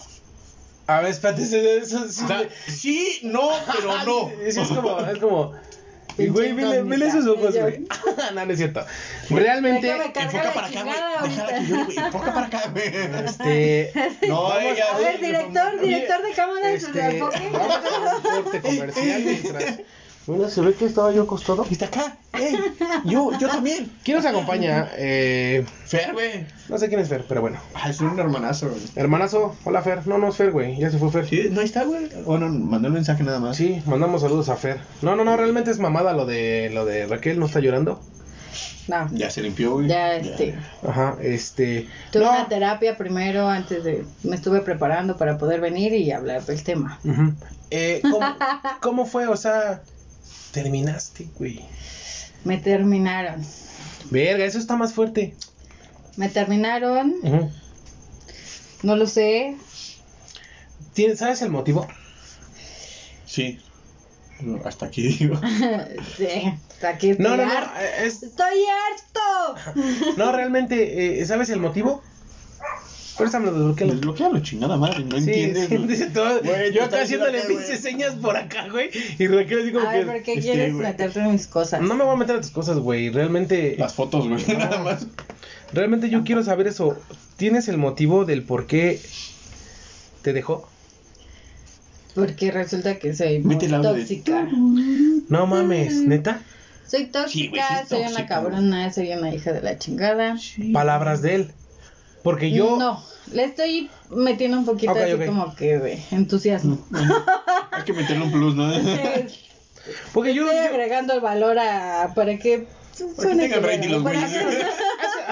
Speaker 1: A ver, espérate, eso, eso- eso-
Speaker 2: O sea, Ah, sí, no, pero no.
Speaker 1: Ah. Eso es como, es como. Y
Speaker 3: Pinche
Speaker 1: güey, mire,
Speaker 3: incógnita.
Speaker 1: mire sus ojos,
Speaker 3: Yo-
Speaker 1: güey. no, no es cierto. Realmente.
Speaker 3: Déjame
Speaker 2: Enfoca
Speaker 3: cargar la
Speaker 2: para acá,
Speaker 3: chingada
Speaker 2: güey. Déjala que
Speaker 3: ahorita.
Speaker 2: yo, güey. Enfoca para acá, güey.
Speaker 1: Este.
Speaker 2: No,
Speaker 1: vamos-
Speaker 2: ya,
Speaker 3: A ver,
Speaker 2: güey,
Speaker 3: director,
Speaker 2: oye,
Speaker 3: director de cámara de
Speaker 1: Este,
Speaker 3: enfoque.
Speaker 1: vamos a un corte comercial mientras.
Speaker 4: Mira, se ve que estaba yo acostado.
Speaker 2: Está acá. Ey, yo, yo también.
Speaker 1: ¿Quién nos acompaña? Eh,
Speaker 2: Fer, güey.
Speaker 1: no sé quién es Fer, pero bueno.
Speaker 2: Ah, es un hermanazo, güey.
Speaker 1: Hermanazo, hola Fer. No, no es Fer, güey. Ya se fue Fer.
Speaker 2: Sí, Oh, no ahí está, güey. Bueno, mandó un mensaje nada más.
Speaker 1: Sí, mandamos saludos a Fer. No, no, no, realmente es mamada lo de lo de Raquel, no está llorando.
Speaker 3: No,
Speaker 2: Ya se limpió, güey.
Speaker 3: ya este.
Speaker 1: Ajá, este.
Speaker 3: Tuve
Speaker 1: no.
Speaker 3: una terapia primero antes de. Me estuve preparando para poder venir y hablar del tema.
Speaker 1: Ujú. Eh, ¿cómo, cómo fue? O sea, terminaste, güey.
Speaker 3: Me terminaron.
Speaker 1: Verga, eso está más fuerte.
Speaker 3: Me terminaron,
Speaker 1: Ujú.
Speaker 3: no lo sé.
Speaker 1: ¿Tienes- ¿Sabes el motivo?
Speaker 2: Sí. No, hasta aquí digo.
Speaker 3: Sí, hasta aquí estoy
Speaker 1: No, no, no.
Speaker 3: harto.
Speaker 1: eh, es-
Speaker 3: ¡Estoy harto!
Speaker 1: no, realmente, eh, ¿sabes el motivo? Préstamelo, desbloquéalo.
Speaker 2: Desbloquealo, chingada madre. No
Speaker 1: Sí,
Speaker 2: entiendes.
Speaker 1: sí,
Speaker 2: güey.
Speaker 1: dice todo.
Speaker 2: Güey, te
Speaker 1: yo
Speaker 2: está
Speaker 1: acá haciéndole
Speaker 2: diciendo acá,
Speaker 1: pinches
Speaker 2: güey.
Speaker 1: señas por acá, güey. Y Raquel así como
Speaker 3: A ver,
Speaker 1: que.
Speaker 3: ¿por qué
Speaker 2: este,
Speaker 3: quieres
Speaker 2: güey.
Speaker 3: meterte en mis cosas?
Speaker 1: No me voy a meter a tus cosas, güey. Realmente.
Speaker 2: Las fotos, güey. Nada más.
Speaker 1: Realmente yo quiero saber eso. ¿Tienes el motivo del por qué te dejó?
Speaker 3: Porque resulta que soy muy
Speaker 2: Mete el audio de-
Speaker 3: tóxica.
Speaker 1: No mames,
Speaker 3: Mm.
Speaker 1: neta.
Speaker 3: Soy tóxica,
Speaker 2: Sí, güey, sí es
Speaker 3: soy una
Speaker 2: tóxica,
Speaker 3: cabrona, soy una hija de la chingada.
Speaker 1: Palabras de él. Porque yo.
Speaker 3: No, le estoy metiendo un poquito
Speaker 1: Ok,
Speaker 3: así
Speaker 1: ok.
Speaker 3: como que de entusiasmo.
Speaker 2: Hay que meterle un plus, ¿no?
Speaker 1: Porque yo.
Speaker 3: estoy
Speaker 1: yo-
Speaker 3: agregando el valor a para que suene
Speaker 2: tengan rating
Speaker 3: culero,
Speaker 2: los
Speaker 3: para
Speaker 2: güeyes.
Speaker 1: ¿eh?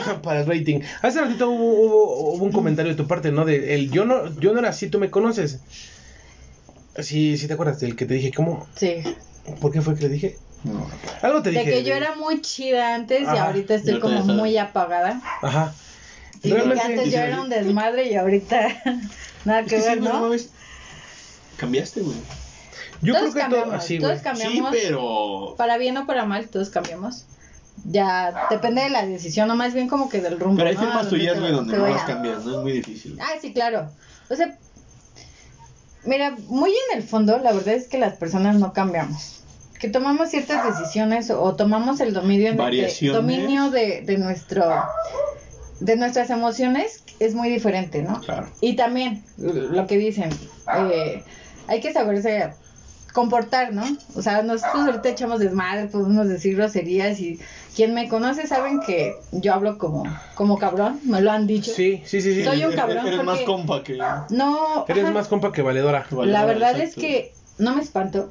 Speaker 3: que-
Speaker 1: para el rating. Hace ratito hubo, hubo- hubo un comentario de tu parte, ¿no? De el yo no, yo no era así, tú me conoces. Sí, sí te acuerdas del que te dije, ¿cómo?
Speaker 3: Sí,
Speaker 1: ¿Por qué fue que le dije?
Speaker 2: No.
Speaker 1: Algo te
Speaker 3: de
Speaker 1: dije.
Speaker 3: que yo era muy chida antes y
Speaker 1: Ajá.
Speaker 3: ahorita estoy
Speaker 2: Yo
Speaker 3: como
Speaker 2: también
Speaker 3: muy apagada.
Speaker 1: Ajá.
Speaker 3: Y de que antes yo era un desmadre y ahorita nada que
Speaker 2: Es que sí,
Speaker 3: ver, ¿no?
Speaker 2: mames. Cambiaste, güey.
Speaker 1: Yo creo
Speaker 3: todos
Speaker 1: que
Speaker 3: cambiamos,
Speaker 1: todo así, güey.
Speaker 3: todos cambiamos.
Speaker 2: Sí, pero.
Speaker 3: Para bien o para mal, todos cambiamos. Ya depende de la decisión, o más bien como que del rumbo.
Speaker 2: Pero hay
Speaker 3: ¿no?
Speaker 2: firmas
Speaker 3: A dónde
Speaker 2: tuyas,
Speaker 3: te-
Speaker 2: güey, donde
Speaker 3: te
Speaker 2: no
Speaker 3: voy
Speaker 2: las
Speaker 3: a-
Speaker 2: cambias, ¿no? Es muy difícil.
Speaker 3: Ah, sí, claro. O sea, mira, muy en el fondo, la verdad es que las personas no cambiamos. Que tomamos ciertas decisiones o, o tomamos el dominio, en el que-
Speaker 2: Variaciones.
Speaker 3: dominio de, de nuestro de nuestras emociones es muy diferente, ¿no?
Speaker 2: Claro.
Speaker 3: Y también lo que dicen, eh, hay que saberse comportar, ¿no? O sea, nosotros ahorita echamos desmadre, podemos decir groserías y quien me conoce saben que yo hablo como, como cabrón, me lo han dicho.
Speaker 1: Sí, sí, sí, sí.
Speaker 3: Soy un
Speaker 2: Eres-
Speaker 3: cabrón
Speaker 2: Eres más
Speaker 3: porque-
Speaker 2: compa que. La
Speaker 3: No.
Speaker 1: Eres
Speaker 3: ajá.
Speaker 1: más compa que valedora.
Speaker 3: La verdad es que no me espanto.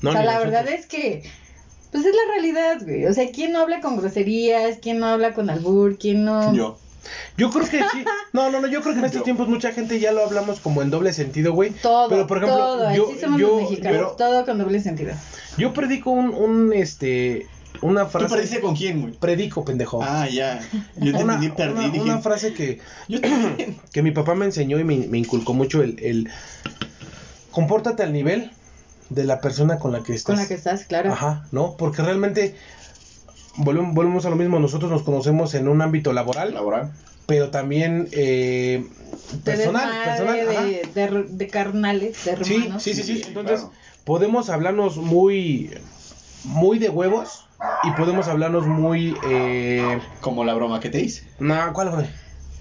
Speaker 1: No,
Speaker 3: o sea,
Speaker 1: ni
Speaker 3: la
Speaker 1: nosotros.
Speaker 3: verdad es que, pues es la realidad, güey. O sea, ¿quién no habla con groserías? ¿Quién no habla con albur? ¿Quién no...?
Speaker 2: Yo.
Speaker 1: Yo creo que sí. No, no, no, yo creo que en estos
Speaker 2: Yo.
Speaker 1: tiempos mucha gente ya lo hablamos como en doble sentido, güey.
Speaker 3: Todo,
Speaker 1: Pero por ejemplo,
Speaker 3: todo.
Speaker 1: yo,
Speaker 3: Así somos
Speaker 1: yo,
Speaker 3: los mexicanos.
Speaker 1: pero
Speaker 3: Todo con doble sentido.
Speaker 1: yo predico un, un este una
Speaker 2: ¿Tú
Speaker 1: frase.
Speaker 2: pareciste con quién, güey?
Speaker 1: Predico, pendejo.
Speaker 2: Ah, ya. Yo te
Speaker 1: una,
Speaker 2: entendí, perdí.
Speaker 1: una-
Speaker 2: dije,
Speaker 1: una frase que,
Speaker 2: Yo también.
Speaker 1: que mi papá me enseñó y me, me inculcó mucho el, el compórtate al nivel de la persona con la que estás.
Speaker 3: Con la que estás, claro.
Speaker 1: Ajá, ¿no? Porque realmente volvemos, volvemos a lo mismo, nosotros nos conocemos en un ámbito laboral,
Speaker 2: Laboral.
Speaker 1: pero también eh,
Speaker 3: De
Speaker 1: personal,
Speaker 3: desmadre,
Speaker 1: personal. ajá.
Speaker 3: de, de, de carnales, de
Speaker 1: Sí,
Speaker 3: hermanos.
Speaker 1: sí, sí, sí.
Speaker 2: Sí,
Speaker 1: Entonces,
Speaker 2: claro.
Speaker 1: podemos hablarnos muy, muy de huevos y podemos hablarnos muy, eh,
Speaker 2: Como la broma que te hice.
Speaker 1: no, ¿cuál fue?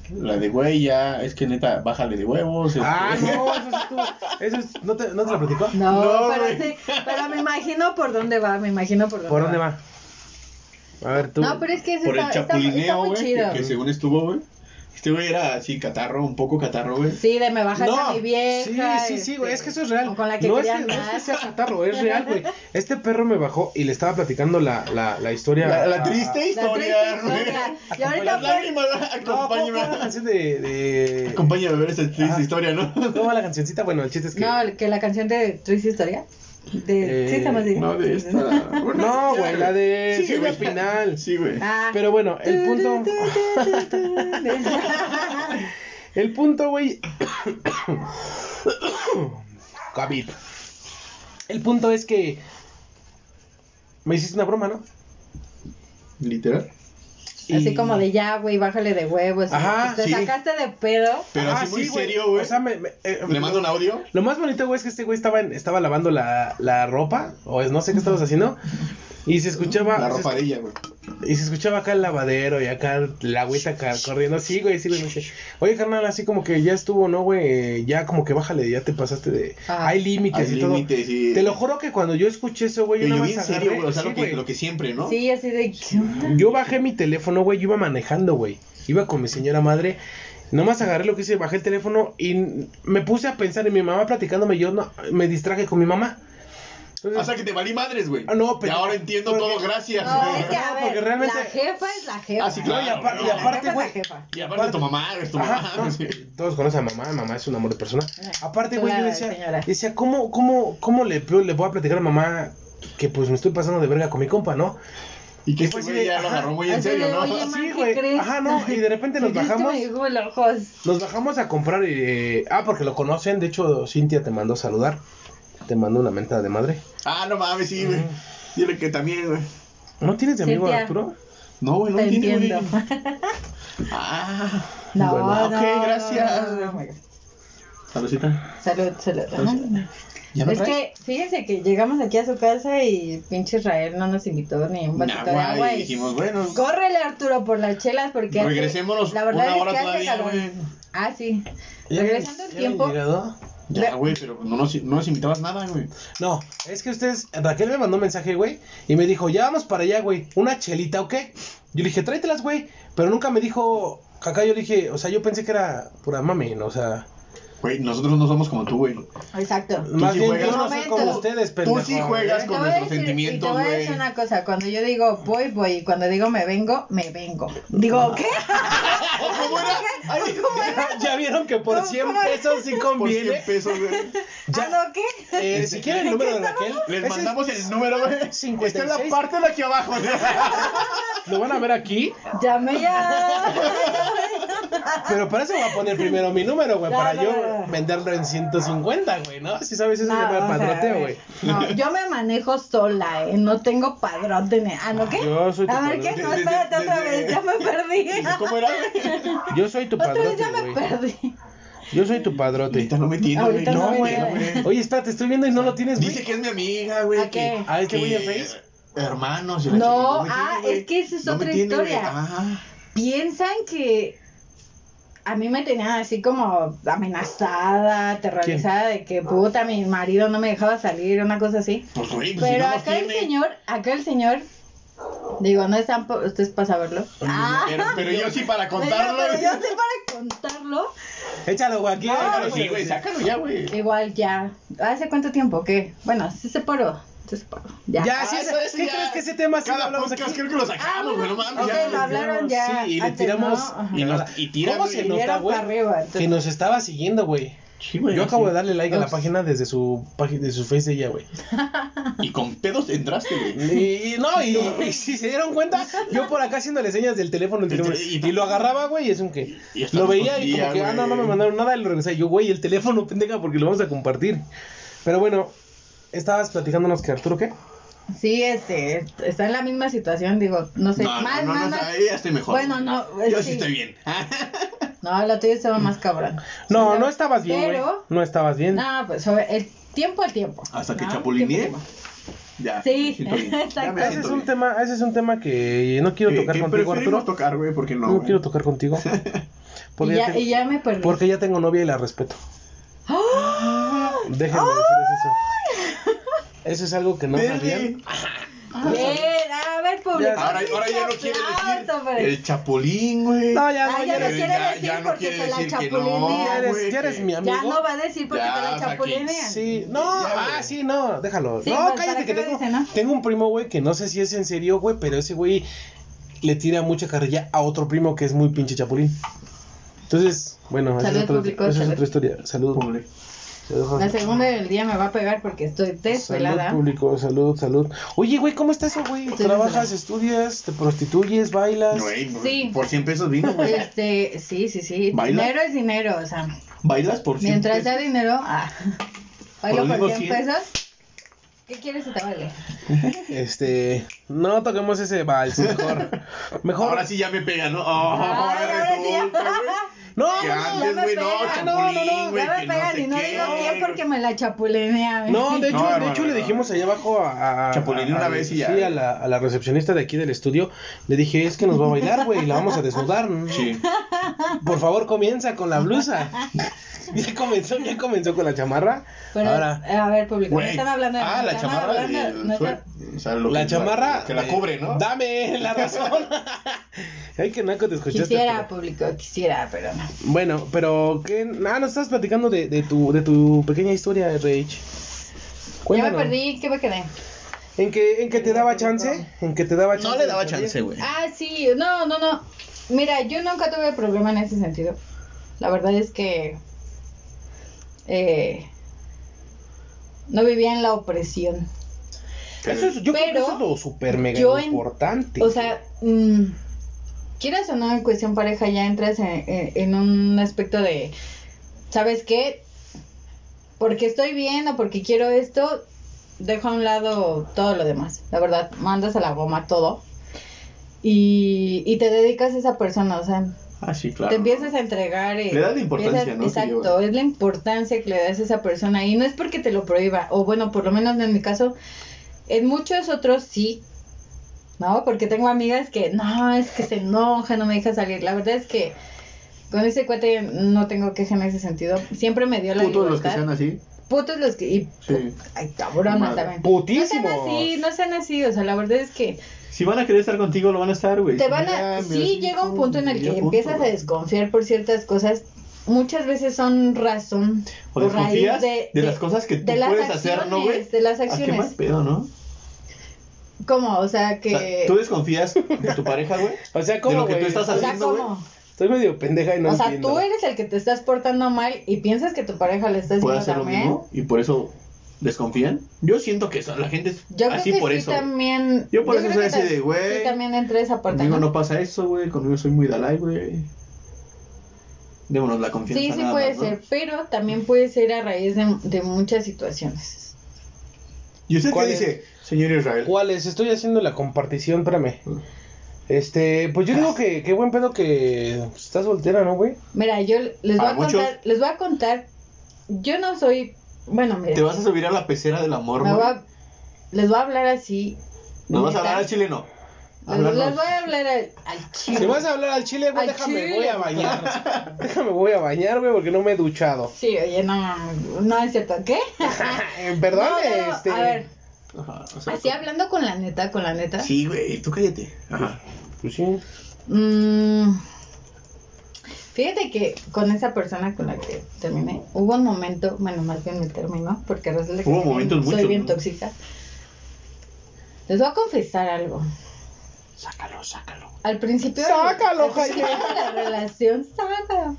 Speaker 2: La de güey, ya. Es que neta, bájale de huevos.
Speaker 1: Ah,
Speaker 2: este,
Speaker 1: no, eso sí tú, eso es, ¿no te, no te lo platicó?
Speaker 3: No,
Speaker 2: No,
Speaker 3: pero,
Speaker 2: güey.
Speaker 3: sí, pero me imagino por dónde va, me imagino por dónde
Speaker 1: ¿Por dónde va? A ver, tú.
Speaker 3: No, pero es que eso
Speaker 2: Por el
Speaker 3: está, está- está
Speaker 2: chapulineo,
Speaker 3: muy
Speaker 2: güey.
Speaker 3: chido.
Speaker 2: Que, que según estuvo, güey. Este güey era así, catarro, un poco catarro, güey.
Speaker 3: Sí, de me bajas a mi vieja.
Speaker 1: Sí, sí, sí, güey,
Speaker 3: este,
Speaker 1: es que eso es real.
Speaker 3: o Con la que
Speaker 1: no, es que,
Speaker 3: quería
Speaker 1: no es que
Speaker 3: andar.
Speaker 1: sea catarro, es real, güey. Este perro me bajó y le estaba platicando la, la, la historia.
Speaker 2: La, la
Speaker 1: a-
Speaker 2: triste
Speaker 3: La
Speaker 2: historia,
Speaker 3: triste
Speaker 2: güey.
Speaker 3: historia. pues, Y
Speaker 2: Las
Speaker 3: ahorita fue-
Speaker 2: lágrimas,
Speaker 1: a- No, ¿cómo
Speaker 2: acompáñame.
Speaker 1: fue la canción de, de...
Speaker 2: Acompáñame a ver esa triste
Speaker 1: Ajá.
Speaker 2: historia, ¿no?
Speaker 1: ¿Cómo va la cancioncita? Bueno, el chiste es que...
Speaker 3: No, que la canción de Triste Historia. De...
Speaker 1: Eh,
Speaker 3: sí, estamos así.
Speaker 2: No, de esta.
Speaker 1: No,
Speaker 2: ya,
Speaker 1: güey, la de
Speaker 2: Sí,
Speaker 1: Silvia
Speaker 2: güey.
Speaker 1: Pinal.
Speaker 2: Sí, güey.
Speaker 3: Ah.
Speaker 1: Pero bueno, el punto,
Speaker 3: Tu, tu, tu, tu, tu, tu.
Speaker 1: el punto, güey. Covid. El punto es que me hiciste una broma, ¿no?
Speaker 2: Literal.
Speaker 3: Así
Speaker 1: Y-
Speaker 3: como de ya, güey, bájale de huevos.
Speaker 1: Ajá,
Speaker 3: te
Speaker 2: sí.
Speaker 3: sacaste de pedo.
Speaker 2: Pero
Speaker 1: Ah,
Speaker 2: así muy
Speaker 1: sí, güey.
Speaker 2: serio, güey.
Speaker 1: O sea, me- me- eh,
Speaker 2: Le mando un audio.
Speaker 1: Lo más bonito, güey, es que este güey estaba, en- estaba lavando la, la ropa, o es, no sé qué estabas haciendo, y se escuchaba...
Speaker 2: La
Speaker 1: se
Speaker 2: ropa de ella, güey.
Speaker 1: Y se escuchaba acá el lavadero y acá la agüita acá corriendo. Sí, güey, sí, güey. me dice, Oye, carnal, así como que ya estuvo, ¿no, güey? Ya como que bájale, ya te pasaste de...
Speaker 3: Ah.
Speaker 1: hay límites
Speaker 2: Hay
Speaker 1: y todo.
Speaker 2: límites y-
Speaker 1: Te lo juro que cuando yo escuché eso, güey, yo
Speaker 2: Pero yo
Speaker 1: nada
Speaker 2: bien
Speaker 1: más
Speaker 2: serio,
Speaker 1: agarré...
Speaker 2: güey. O sea,
Speaker 1: sí,
Speaker 2: lo, que,
Speaker 1: güey.
Speaker 2: lo que siempre, ¿no?
Speaker 3: Sí, así de ¿qué onda?
Speaker 1: Yo bajé mi teléfono, güey, yo iba manejando, güey. Iba con mi señora madre. Nomás agarré lo que hice, bajé el teléfono y me puse a pensar en mi mamá platicándome. Yo no, me distraje con mi mamá. Entonces,
Speaker 2: O sea, que te valí madres, güey.
Speaker 1: Ah, no,
Speaker 2: Y
Speaker 1: pero-
Speaker 2: ahora entiendo
Speaker 1: porque-
Speaker 2: todo, gracias.
Speaker 3: No, es que a
Speaker 1: No,
Speaker 3: ver,
Speaker 1: porque realmente-
Speaker 3: la jefa es la jefa.
Speaker 2: Ah, sí,
Speaker 1: no,
Speaker 2: claro.
Speaker 1: y, apar- y aparte,
Speaker 2: La
Speaker 3: jefa es la
Speaker 1: güey.
Speaker 3: jefa.
Speaker 2: Y aparte tu mamá, es tu
Speaker 1: Ajá,
Speaker 2: mamá.
Speaker 1: no,
Speaker 2: sí.
Speaker 1: todos conocen a mamá, mamá es un amor de persona.
Speaker 3: Ah,
Speaker 1: Aparte, güey, yo
Speaker 3: chulada de
Speaker 1: decía,
Speaker 3: señora.
Speaker 1: decía ¿cómo, cómo, cómo le, le voy a platicar a mamá que pues me estoy pasando de verga con mi compa, no?
Speaker 2: Y que
Speaker 1: Y
Speaker 2: este
Speaker 1: fue así
Speaker 2: güey
Speaker 1: de,
Speaker 2: ya lo
Speaker 1: ajá.
Speaker 2: agarró muy en
Speaker 3: Así de,
Speaker 2: serio, ¿no?
Speaker 3: oye, ma-
Speaker 1: Sí,
Speaker 3: ¿qué
Speaker 1: güey.
Speaker 3: crees?
Speaker 1: Ajá, no, y de repente nos
Speaker 3: Sí, es que
Speaker 1: bajamos.
Speaker 3: me llegó el ojos.
Speaker 1: Nos bajamos a comprar. eh, ah, porque lo conocen. De hecho, Cintia te mandó saludar. Te mandó una mentada de madre.
Speaker 2: Ah, no mames, sí, güey. Dile que también, güey.
Speaker 1: ¿No tienes de amigo
Speaker 3: Cintia.
Speaker 1: Arturo?
Speaker 2: No, güey, no
Speaker 3: Te
Speaker 2: tiene, güey.
Speaker 3: entiendo.
Speaker 2: Ah.
Speaker 3: No,
Speaker 1: Bueno,
Speaker 3: no,
Speaker 2: ok,
Speaker 3: no,
Speaker 2: gracias.
Speaker 3: no, no, no, no.
Speaker 2: Saludcita.
Speaker 3: Oh Salud, salud.
Speaker 2: ¿Ya me
Speaker 3: es
Speaker 2: traes?
Speaker 3: que fíjense que llegamos aquí a su casa y pinche Israel no nos invitó ni un
Speaker 2: Nah,
Speaker 3: batito de agua.
Speaker 2: güey,
Speaker 3: y-
Speaker 2: dijimos, bueno.
Speaker 3: Córrele Arturo por las chelas porque hace-
Speaker 2: Regresémonos
Speaker 3: la verdad
Speaker 2: una
Speaker 3: es
Speaker 2: hora
Speaker 3: que hace
Speaker 2: todavía,
Speaker 3: calor.
Speaker 2: güey. pues,
Speaker 3: Ah, sí.
Speaker 1: ¿Ya
Speaker 3: Regresando el
Speaker 1: habían- ya
Speaker 3: tiempo.
Speaker 1: habían llegado?
Speaker 2: Ya, güey, pero no nos, no nos invitabas nada, güey.
Speaker 1: No, es que ustedes. Raquel me mandó un mensaje, güey. Y me dijo, ya vamos para allá, güey. ¿Una chelita o qué? Yo le dije, tráetelas, güey. Pero nunca me dijo. Acá yo le dije, o sea, yo pensé que era pura mami, ¿no? o sea.
Speaker 2: Güey, nosotros no somos como tú, güey.
Speaker 3: Exacto.
Speaker 1: más
Speaker 2: sí
Speaker 1: bien
Speaker 2: juegas.
Speaker 1: yo no soy como
Speaker 3: Momento.
Speaker 1: ustedes,
Speaker 2: Tú
Speaker 1: pendejo.
Speaker 2: sí juegas
Speaker 1: ¿eh?
Speaker 2: con
Speaker 3: Te voy a
Speaker 2: nuestros
Speaker 3: decir- y
Speaker 2: sentimientos,
Speaker 3: te voy a
Speaker 2: güey.
Speaker 3: decir una cosa, cuando yo digo voy, voy, y cuando digo me vengo, me vengo.
Speaker 2: Ah.
Speaker 3: Digo, ¿qué?
Speaker 2: ¿Cómo era? Ay,
Speaker 1: Ya vieron que por 100 pesos sí
Speaker 2: Por
Speaker 1: conviene.
Speaker 2: 100 pesos, güey.
Speaker 1: Ya.
Speaker 3: ¿Ah, no, qué?
Speaker 1: Eh, si quieren el número de Raquel,
Speaker 2: Les
Speaker 1: ese-
Speaker 2: mandamos el número, güey. Está en la
Speaker 1: 56.
Speaker 2: parte de aquí abajo.
Speaker 1: lo van a ver aquí.
Speaker 3: Llamé ya.
Speaker 1: Pero para eso voy a poner primero mi número, güey.
Speaker 3: No,
Speaker 1: para
Speaker 3: no,
Speaker 1: yo
Speaker 3: no, no.
Speaker 1: venderlo en 150, güey, ¿no? Si sabes eso, se
Speaker 3: No,
Speaker 1: llama
Speaker 3: Ah, o sea, eh.
Speaker 1: padroteo,
Speaker 3: a
Speaker 1: güey.
Speaker 3: ver, no, yo me manejo sola, ¿eh? No tengo padrote. ni- Ah, ¿no qué?
Speaker 1: Yo soy tu
Speaker 3: a ver, ¿qué?
Speaker 1: padrote.
Speaker 3: No,
Speaker 2: Desde-
Speaker 3: espérate otra
Speaker 2: desde-
Speaker 3: vez, ya me perdí.
Speaker 2: ¿Cómo era, güey?
Speaker 1: Yo soy tu
Speaker 3: Otra vez
Speaker 1: padrote,
Speaker 3: ya me
Speaker 1: güey.
Speaker 3: perdí.
Speaker 1: Yo soy tu padrote.
Speaker 2: Ahorita no me tiene, güey.
Speaker 3: Ahorita
Speaker 2: No,
Speaker 3: no me
Speaker 2: güey.
Speaker 3: tiene.
Speaker 2: no, güey.
Speaker 1: Oye, espérate, estoy viendo y no lo tienes,
Speaker 2: Dice
Speaker 1: güey.
Speaker 2: que es mi amiga, güey.
Speaker 3: ¿A
Speaker 2: que-
Speaker 3: qué?
Speaker 1: ¿A este güey en
Speaker 2: que-
Speaker 1: Face?
Speaker 2: Hermanos. y la
Speaker 3: No,
Speaker 2: chingada, me
Speaker 3: ah,
Speaker 2: tiene,
Speaker 3: es que esa
Speaker 2: güey.
Speaker 3: es
Speaker 2: No me
Speaker 3: otra
Speaker 2: tiene, güey.
Speaker 3: historia.
Speaker 2: Ah.
Speaker 3: Piensan que a mí me tenían así como amenazada, aterrorizada de que puta, mi marido no me dejaba salir, una cosa así.
Speaker 2: Pues, güey, pues si
Speaker 3: Pero
Speaker 2: no nos
Speaker 3: acá el
Speaker 2: tiene.
Speaker 3: señor, acá el señor, digo, no están po- ustedes para saberlo. Ah,
Speaker 2: Pero, pero yo sí para
Speaker 3: pero yo-
Speaker 2: contarlo.
Speaker 3: Pero yo sé para contarlo.
Speaker 1: Échalo, güey. Aquí,
Speaker 3: No,
Speaker 1: déjalo,
Speaker 2: Sí, güey, sácalo ya, güey.
Speaker 3: Igual ya. ¿Hace cuánto tiempo? ¿Qué? Bueno, se separó. Se separó. Ya.
Speaker 1: Ya, Ah, sí,
Speaker 2: eso- eso
Speaker 1: ¿qué
Speaker 2: Ah, ya-
Speaker 1: crees que ese tema sí lo
Speaker 2: Cada
Speaker 1: hablamos
Speaker 2: podcast
Speaker 1: aquí?
Speaker 2: creo que lo
Speaker 3: Ah,
Speaker 2: sacamos, güey, no mames.
Speaker 3: ok,
Speaker 2: ya,
Speaker 3: lo
Speaker 2: güey.
Speaker 3: hablaron ya.
Speaker 1: Sí, y le
Speaker 3: antes,
Speaker 1: tiramos.
Speaker 3: ¿no? Ajá.
Speaker 2: Y nos- y tira,
Speaker 1: ¿Cómo
Speaker 2: güey.
Speaker 1: se
Speaker 3: Y
Speaker 1: nota,
Speaker 3: dieron
Speaker 1: güey?
Speaker 3: para arriba, entonces.
Speaker 1: Que nos estaba siguiendo, güey.
Speaker 2: Sí, güey,
Speaker 1: Yo
Speaker 2: así.
Speaker 1: acabo de darle like a la
Speaker 3: Ups.
Speaker 1: página desde su página, de su face de ella, güey.
Speaker 2: Y con pedos entraste, güey.
Speaker 1: Y, y no, y, y si se dieron cuenta, yo por acá haciéndole señas del teléfono. entre uno, y, lo agarraba, güey, y es un que.
Speaker 2: Y hasta
Speaker 1: Lo
Speaker 2: nos
Speaker 1: veía y
Speaker 2: escondía,
Speaker 1: como que, ah, no, no
Speaker 2: güey.
Speaker 1: me mandaron nada. Y lo regresé. Yo, güey, el teléfono, pendeja, porque lo vamos a compartir. Pero bueno, estabas platicándonos que Arturo, ¿qué?
Speaker 3: Sí, este, est- está en la misma situación, digo, no sé,
Speaker 2: No, no,
Speaker 3: más,
Speaker 2: no,
Speaker 3: más,
Speaker 2: no,
Speaker 3: más.
Speaker 2: ahí ya estoy mejor. Ah,
Speaker 3: Bueno, no, eh,
Speaker 2: Yo
Speaker 3: sí.
Speaker 2: sí estoy bien.
Speaker 1: Ah,
Speaker 3: No, la tuya estaba más cabrón.
Speaker 1: No, no estabas bien, güey.
Speaker 3: Pero,
Speaker 1: No estabas bien.
Speaker 3: no, pues, sobre- el tiempo al tiempo.
Speaker 2: Hasta que ¿eh?
Speaker 3: ¿no?
Speaker 2: chapulineé.
Speaker 3: Tiempo al tiempo.
Speaker 2: Ya.
Speaker 3: Sí,
Speaker 2: me siento bien. Ya me
Speaker 3: exacto.
Speaker 1: Ese es
Speaker 2: siento
Speaker 1: un
Speaker 2: bien.
Speaker 1: tema, ese es un tema que no quiero
Speaker 2: ¿Qué-
Speaker 1: tocar
Speaker 2: qué
Speaker 1: contigo,
Speaker 2: preferimos
Speaker 1: Arturo.
Speaker 2: tocar, güey, porque no.
Speaker 1: No
Speaker 2: güey?
Speaker 1: quiero tocar contigo. Porque
Speaker 3: Y
Speaker 1: ya
Speaker 3: ya,
Speaker 1: te-
Speaker 3: y ya me perdí.
Speaker 1: Porque ya tengo novia y la respeto.
Speaker 3: ¡Ah!
Speaker 1: Déjenme decirles eso. Eso es algo que no
Speaker 2: Verde.
Speaker 1: sabían.
Speaker 3: Bien, a ver, público.
Speaker 1: Ya,
Speaker 2: Ah, Ahora, ahora ya no quiere
Speaker 3: Aplauso,
Speaker 2: decir
Speaker 3: hombre.
Speaker 2: el chapulín, güey.
Speaker 1: No, ya,
Speaker 3: Ah,
Speaker 1: no, ya
Speaker 3: ya no
Speaker 1: eres-
Speaker 3: quiere decir porque te la chapulinean.
Speaker 1: Ya eres-
Speaker 2: güey,
Speaker 1: ya eres
Speaker 2: que-
Speaker 1: mi amigo.
Speaker 3: Ya no va a decir porque
Speaker 2: Ya,
Speaker 3: te
Speaker 2: o
Speaker 3: la
Speaker 2: sea, que
Speaker 3: chapulinean.
Speaker 1: Sí, no,
Speaker 2: Ya,
Speaker 1: ah,
Speaker 2: güey.
Speaker 1: sí, no, déjalo.
Speaker 3: Sí,
Speaker 1: no,
Speaker 3: pues,
Speaker 1: cállate
Speaker 3: ¿para
Speaker 1: que
Speaker 3: qué lo
Speaker 1: tengo,
Speaker 3: dice, no?
Speaker 1: tengo un primo, güey, que no sé si es en serio, güey, pero ese güey le tira mucha carrilla a otro primo que es muy pinche chapulín. Entonces, bueno, esa es
Speaker 3: Salud,
Speaker 1: otra-
Speaker 3: público,
Speaker 1: esa es
Speaker 3: salud.
Speaker 1: otra historia. Salud,
Speaker 2: Pobre.
Speaker 1: Salud,
Speaker 3: La segunda del día me va a pegar porque estoy
Speaker 1: Salud
Speaker 3: desvelada.
Speaker 1: público, salud, salud. Oye, güey, ¿cómo estás, güey?
Speaker 3: Estoy
Speaker 1: ¿Trabajas,
Speaker 3: desvelada.
Speaker 1: estudias, te prostituyes, bailas?
Speaker 2: Güey, por-
Speaker 3: Sí.
Speaker 2: por 100 pesos vino, güey.
Speaker 3: Este, sí, sí, sí.
Speaker 2: ¿Baila? Pues
Speaker 3: Dinero es dinero, o sea,
Speaker 2: ¿Bailas por 100
Speaker 3: mientras
Speaker 2: pesos?
Speaker 3: sea dinero, ah,
Speaker 2: Por
Speaker 3: bailo
Speaker 2: lo
Speaker 3: por
Speaker 2: menos
Speaker 3: 100
Speaker 2: 100.
Speaker 3: pesos. ¿Qué quieres que te vale?
Speaker 1: Este, no toquemos ese vals, mejor. Mejor.
Speaker 2: Ahora sí ya me pega, ¿no? Oh,
Speaker 3: Ay,
Speaker 2: ahora
Speaker 3: ahora sí ya.
Speaker 2: resulta, güey.
Speaker 1: No,
Speaker 2: Que
Speaker 1: no, no,
Speaker 2: antes, güey, no,
Speaker 3: pegan,
Speaker 1: no, no, no,
Speaker 2: chapulín, güey,
Speaker 3: ya
Speaker 2: que
Speaker 3: me pegan
Speaker 2: sé
Speaker 3: y no
Speaker 2: qué,
Speaker 3: digo
Speaker 2: güey.
Speaker 3: quién porque me la chapulinea.
Speaker 1: No, de hecho,
Speaker 2: No,
Speaker 1: de
Speaker 2: hermano,
Speaker 1: hecho le
Speaker 2: no.
Speaker 1: dijimos allá abajo a, a-
Speaker 2: Chapulineé
Speaker 1: a-
Speaker 2: una
Speaker 1: a-
Speaker 2: vez y ya.
Speaker 1: Sí, a la, a la recepcionista de aquí del estudio le dije, es que nos va a bailar, güey, y la vamos a desnudar.
Speaker 2: Sí.
Speaker 1: Por favor, comienza con la blusa. ya comenzó, ya comenzó con la chamarra.
Speaker 3: Pero,
Speaker 1: Ahora,
Speaker 3: a ver, público, no
Speaker 2: Güey.
Speaker 3: están hablando de
Speaker 2: Ah,
Speaker 3: mí,
Speaker 2: la
Speaker 3: están
Speaker 2: chamarra.
Speaker 3: hablando-
Speaker 2: de-
Speaker 3: no están-
Speaker 2: sue- o sea, lo
Speaker 1: la
Speaker 2: que-
Speaker 1: chamarra.
Speaker 2: Que la
Speaker 1: eh,
Speaker 2: cubre, ¿no?
Speaker 1: Dame la razón. Ay, que naco te escuchaste.
Speaker 3: Quisiera,
Speaker 1: pero-
Speaker 3: pues. público, quisiera, pero no.
Speaker 1: Bueno, pero ¿qué? Ah, nos estás platicando de, de tu, de tu pequeña historia, Rage.
Speaker 3: Ya
Speaker 1: Cuéntanos.
Speaker 3: me perdí, ¿qué me quedé?
Speaker 1: ¿En que, en que te daba chance? ¿En que te daba chance?
Speaker 5: No le daba chance, güey.
Speaker 3: Ah, sí, no, no, no. Mira, yo nunca tuve problema en ese sentido. La verdad es que eh, no vivía en la opresión.
Speaker 1: Eso es, yo creo que
Speaker 3: Pero
Speaker 1: eso es lo super mega
Speaker 3: yo en-
Speaker 1: importante.
Speaker 3: O sea, mm, quieras o no, en cuestión pareja ya entras en, en- en un aspecto de, ¿sabes qué? Porque estoy bien o porque quiero esto, dejo a un lado todo lo demás. La verdad, mandas a la goma todo. Y, y te dedicas a esa persona, o sea,
Speaker 2: Ah, sí, claro.
Speaker 3: te empiezas a entregar. eh,
Speaker 2: Le das la importancia,
Speaker 3: empiezas-
Speaker 2: ¿no? que
Speaker 3: Exacto,
Speaker 2: lleva.
Speaker 3: es la importancia que le das a esa persona. Y no es porque te lo prohíba, o bueno, por lo menos en mi caso, en muchos otros sí. No, porque tengo amigas que no, es que se enoja, no me deja salir. La verdad es que con ese cuate no tengo queja en ese sentido. Siempre me dio la
Speaker 2: Putos los que
Speaker 3: libertad.
Speaker 2: sean así.
Speaker 3: Putos los que. y-
Speaker 2: Sí.
Speaker 3: ay, cabronas
Speaker 2: Madre.
Speaker 3: también. No
Speaker 1: Putísimos.
Speaker 3: sean así, no sean así. O sea, la verdad es que
Speaker 2: Si van a querer estar contigo, lo van a estar, güey.
Speaker 3: te van a, sí llega un punto en el que empiezas a desconfiar por ciertas cosas muchas veces son razón
Speaker 2: O
Speaker 3: por
Speaker 2: desconfías
Speaker 3: raíz
Speaker 2: de, las cosas que tú
Speaker 3: de las
Speaker 2: puedes hacer, ¿no, güey?
Speaker 3: acciones, de las
Speaker 2: Ah, qué mal
Speaker 3: acciones
Speaker 2: pedo, ¿no?
Speaker 3: cómo o sea
Speaker 2: O
Speaker 3: que
Speaker 2: sea, tú desconfías de tu pareja, güey.
Speaker 1: O sea,
Speaker 2: de
Speaker 1: ¿cómo,
Speaker 2: lo que
Speaker 1: güey?
Speaker 2: tú estás
Speaker 3: o sea,
Speaker 2: haciendo, güey.
Speaker 3: ¿cómo?
Speaker 1: Estoy medio pendeja y no
Speaker 3: o sea,
Speaker 1: entiendo.
Speaker 3: tú eres el que te estás portando mal y piensas que tu pareja le está
Speaker 2: Puede hacer lo
Speaker 3: haciendo Pues también.
Speaker 2: mismo y por eso desconfían. Yo siento que eso, la gente es
Speaker 3: Yo
Speaker 2: así
Speaker 3: creo que
Speaker 2: por
Speaker 3: sí
Speaker 2: eso. güey.
Speaker 3: también.
Speaker 2: Yo por eso
Speaker 3: creo
Speaker 2: soy
Speaker 3: que
Speaker 2: así
Speaker 3: ta-
Speaker 2: de, güey,
Speaker 3: Sí, también entra esa parte.
Speaker 2: Conmigo
Speaker 3: ¿no?
Speaker 2: no pasa eso, güey. Conmigo soy muy Dalai, güey. Démonos la confianza.
Speaker 3: Sí, sí
Speaker 2: nada
Speaker 3: puede
Speaker 2: más, ¿no?
Speaker 3: ser, pero también puede ser a raíz de, de muchas situaciones.
Speaker 2: ¿Y usted qué
Speaker 1: ¿Cuál es?
Speaker 2: dice, señor Israel?
Speaker 1: ¿Cuáles? Estoy haciendo la compartición, espérame. Este, pues yo digo que qué buen pedo que estás soltera, ¿no, güey?
Speaker 3: Mira, yo les voy
Speaker 2: Para
Speaker 3: a contar,
Speaker 2: muchos.
Speaker 3: les voy a contar, yo no soy, bueno, mira,
Speaker 2: ¿Te vas a subir a la pecera del amor,
Speaker 3: me
Speaker 2: güey?
Speaker 3: voy a- les voy a hablar así.
Speaker 2: ¿Nos vas a
Speaker 3: neta.
Speaker 2: hablar al chileno?
Speaker 3: Les- Les voy a hablar al, al chile.
Speaker 1: Si vas a hablar al chile, güey,
Speaker 3: Al
Speaker 1: déjame,
Speaker 3: chile.
Speaker 1: voy a bañar. déjame, voy a bañar, güey, porque no me he duchado.
Speaker 3: Sí, oye, no, mames, no es cierto, ¿qué?
Speaker 1: Eh, perdón,
Speaker 3: No, no, no,
Speaker 1: este.
Speaker 3: A ver,
Speaker 2: Ajá, o sea,
Speaker 3: así hablando con la neta, con la neta.
Speaker 2: Sí, güey, tú cállate. Ajá.
Speaker 1: Pues sí.
Speaker 3: Mm, fíjate que con esa persona con la que terminé, hubo un momento, bueno, más bien me terminó, porque resulta que
Speaker 2: Hubo
Speaker 3: soy bien-
Speaker 2: momentos
Speaker 3: soy
Speaker 2: muchos,
Speaker 3: bien
Speaker 2: ¿no?
Speaker 3: tóxica. Les voy a confesar algo.
Speaker 2: Sácalo, sácalo.
Speaker 3: Al principio.
Speaker 1: Sácalo,
Speaker 3: al principio de la relación, sácalo.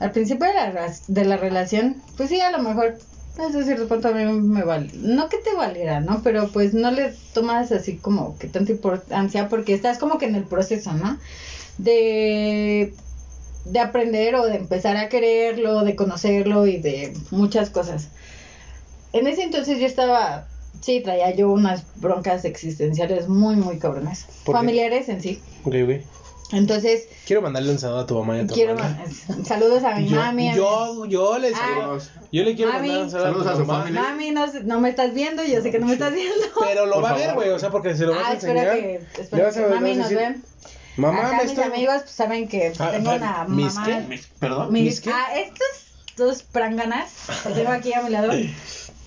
Speaker 3: Al principio de la, ra- de la relación, pues sí, a lo mejor, desde cierto punto a mí me vale. No que te valiera, ¿no? Pero pues no le tomas así como que tanta importancia porque estás como que en el proceso, ¿no? De, de aprender o de empezar a quererlo, de conocerlo y de muchas cosas. En ese entonces yo estaba, sí, traía yo unas broncas existenciales muy, muy cabrones.
Speaker 1: ¿Por qué?
Speaker 3: Familiares en sí.
Speaker 1: Ok, güey.
Speaker 3: Entonces,
Speaker 1: Quiero mandarle un saludo a tu mamá y a tu
Speaker 3: quiero
Speaker 1: hermana.
Speaker 3: saludos a mi mami. a
Speaker 1: Yo, yo, yo les.
Speaker 3: Ah.
Speaker 1: yo le quiero
Speaker 3: Mami.
Speaker 1: mandar un saludo
Speaker 2: Saludos
Speaker 1: a
Speaker 2: a
Speaker 1: tu
Speaker 2: su
Speaker 1: mamá.
Speaker 3: mi-
Speaker 2: familia.
Speaker 3: Mami, no, sé- no me estás viendo, yo sé que no me estás viendo.
Speaker 1: Pero lo
Speaker 2: Por
Speaker 1: va a ver,
Speaker 2: favor.
Speaker 1: güey, o sea, porque se lo vas
Speaker 3: Ah,
Speaker 1: a enseñar.
Speaker 3: espero que,
Speaker 1: Le
Speaker 3: espero
Speaker 1: vas a-
Speaker 3: que
Speaker 1: le vas a
Speaker 3: mami nos
Speaker 1: decir,
Speaker 3: vean.
Speaker 1: Mamá,
Speaker 3: Acá
Speaker 1: me
Speaker 3: mis
Speaker 1: estoy...
Speaker 3: amigos pues, saben que
Speaker 1: Ah,
Speaker 3: tengo
Speaker 1: ah,
Speaker 3: una
Speaker 1: ¿mis
Speaker 3: mamá.
Speaker 1: qué?
Speaker 2: Mis- ¿Perdón?
Speaker 3: mis-
Speaker 1: ¿mis qué?
Speaker 3: ah, estos dos pranganas que tengo aquí a mi lado,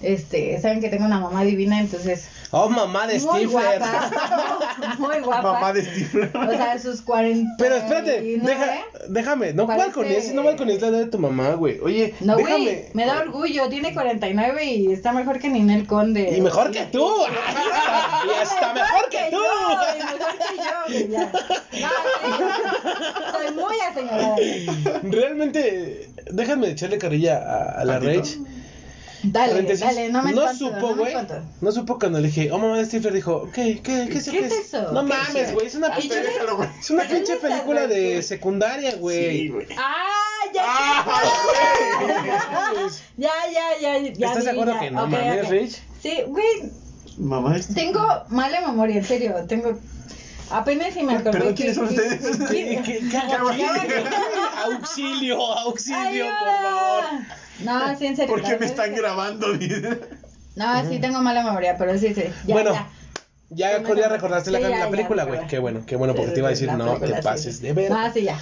Speaker 3: este, saben que tengo una mamá divina, entonces
Speaker 1: Oh, mamá de
Speaker 3: muy
Speaker 1: Stifler.
Speaker 3: guapa, muy guapa.
Speaker 2: Mamá de Steve.
Speaker 3: O sea, sus 40.
Speaker 1: Pero espérate,
Speaker 3: y
Speaker 1: deja-
Speaker 3: nueve.
Speaker 1: déjame, no
Speaker 3: Parece-
Speaker 1: balcones, no balcones la edad de tu mamá, güey. Oye,
Speaker 3: No,
Speaker 1: déjame.
Speaker 3: güey, me da orgullo, tiene 49 y está mejor que Ninel Conde.
Speaker 1: Y mejor que tú. y hasta mejor que tú.
Speaker 3: yo, y mejor que yo, güey, ya. No, sí, soy muy aseñalada.
Speaker 1: Realmente, déjame echarle carrilla a, a la
Speaker 2: ¿Tantito?
Speaker 1: Rage.
Speaker 3: Dale,
Speaker 1: Paréntesis,
Speaker 3: dale, no me espanto,
Speaker 1: supo,
Speaker 3: no me
Speaker 1: güey.
Speaker 3: espanto.
Speaker 1: No supo cuando le dije, oh mamá de Stifler, dijo, ¿qué, qué, qué, se-
Speaker 3: ¿Qué es eso?
Speaker 1: No
Speaker 3: ¿Qué
Speaker 1: mames,
Speaker 3: es?
Speaker 1: güey, es una pinche.
Speaker 2: Déjalo, güey.
Speaker 1: Es una pinche
Speaker 3: Regresa,
Speaker 1: película
Speaker 3: güey.
Speaker 1: de secundaria, güey.
Speaker 2: Sí, güey.
Speaker 3: Ah, ya,
Speaker 2: Ah, güey.
Speaker 3: ya, ya, ya, ya.
Speaker 1: ¿Estás de
Speaker 3: vi,
Speaker 1: acuerdo
Speaker 3: Ah, ya,
Speaker 1: que no
Speaker 3: ok,
Speaker 1: mames,
Speaker 3: ok.
Speaker 1: Rich?
Speaker 3: Sí, güey,
Speaker 2: mamá es-
Speaker 3: Tengo mala memoria, en serio. Tengo. Apenas si me
Speaker 2: Perdón,
Speaker 3: acordé.
Speaker 2: ¿quiénes son ustedes?
Speaker 1: ¿Qué, qué- qué hago aquí? auxilio, auxilio, por favor.
Speaker 3: ¡Ayuda! No, sí, en serio.
Speaker 2: ¿Por
Speaker 3: la
Speaker 2: qué me
Speaker 3: verdad
Speaker 2: están
Speaker 3: es que-
Speaker 2: grabando? Dice.
Speaker 3: No, sí tengo mala memoria, pero sí, sí. Ya,
Speaker 1: bueno,
Speaker 3: ya.
Speaker 1: ya,
Speaker 3: Ya me
Speaker 1: ya,
Speaker 3: acordé.
Speaker 1: recordaste la,
Speaker 3: Sí, ya,
Speaker 1: la
Speaker 3: ya
Speaker 1: película,
Speaker 3: me
Speaker 1: güey.
Speaker 3: acordé.
Speaker 1: Qué bueno, qué bueno, porque
Speaker 3: Sí,
Speaker 1: te iba a
Speaker 3: sí,
Speaker 1: decir,
Speaker 3: la
Speaker 1: no
Speaker 3: película,
Speaker 1: te
Speaker 3: sí,
Speaker 1: pases
Speaker 3: sí.
Speaker 1: de ver.
Speaker 3: Ah, sí, ya.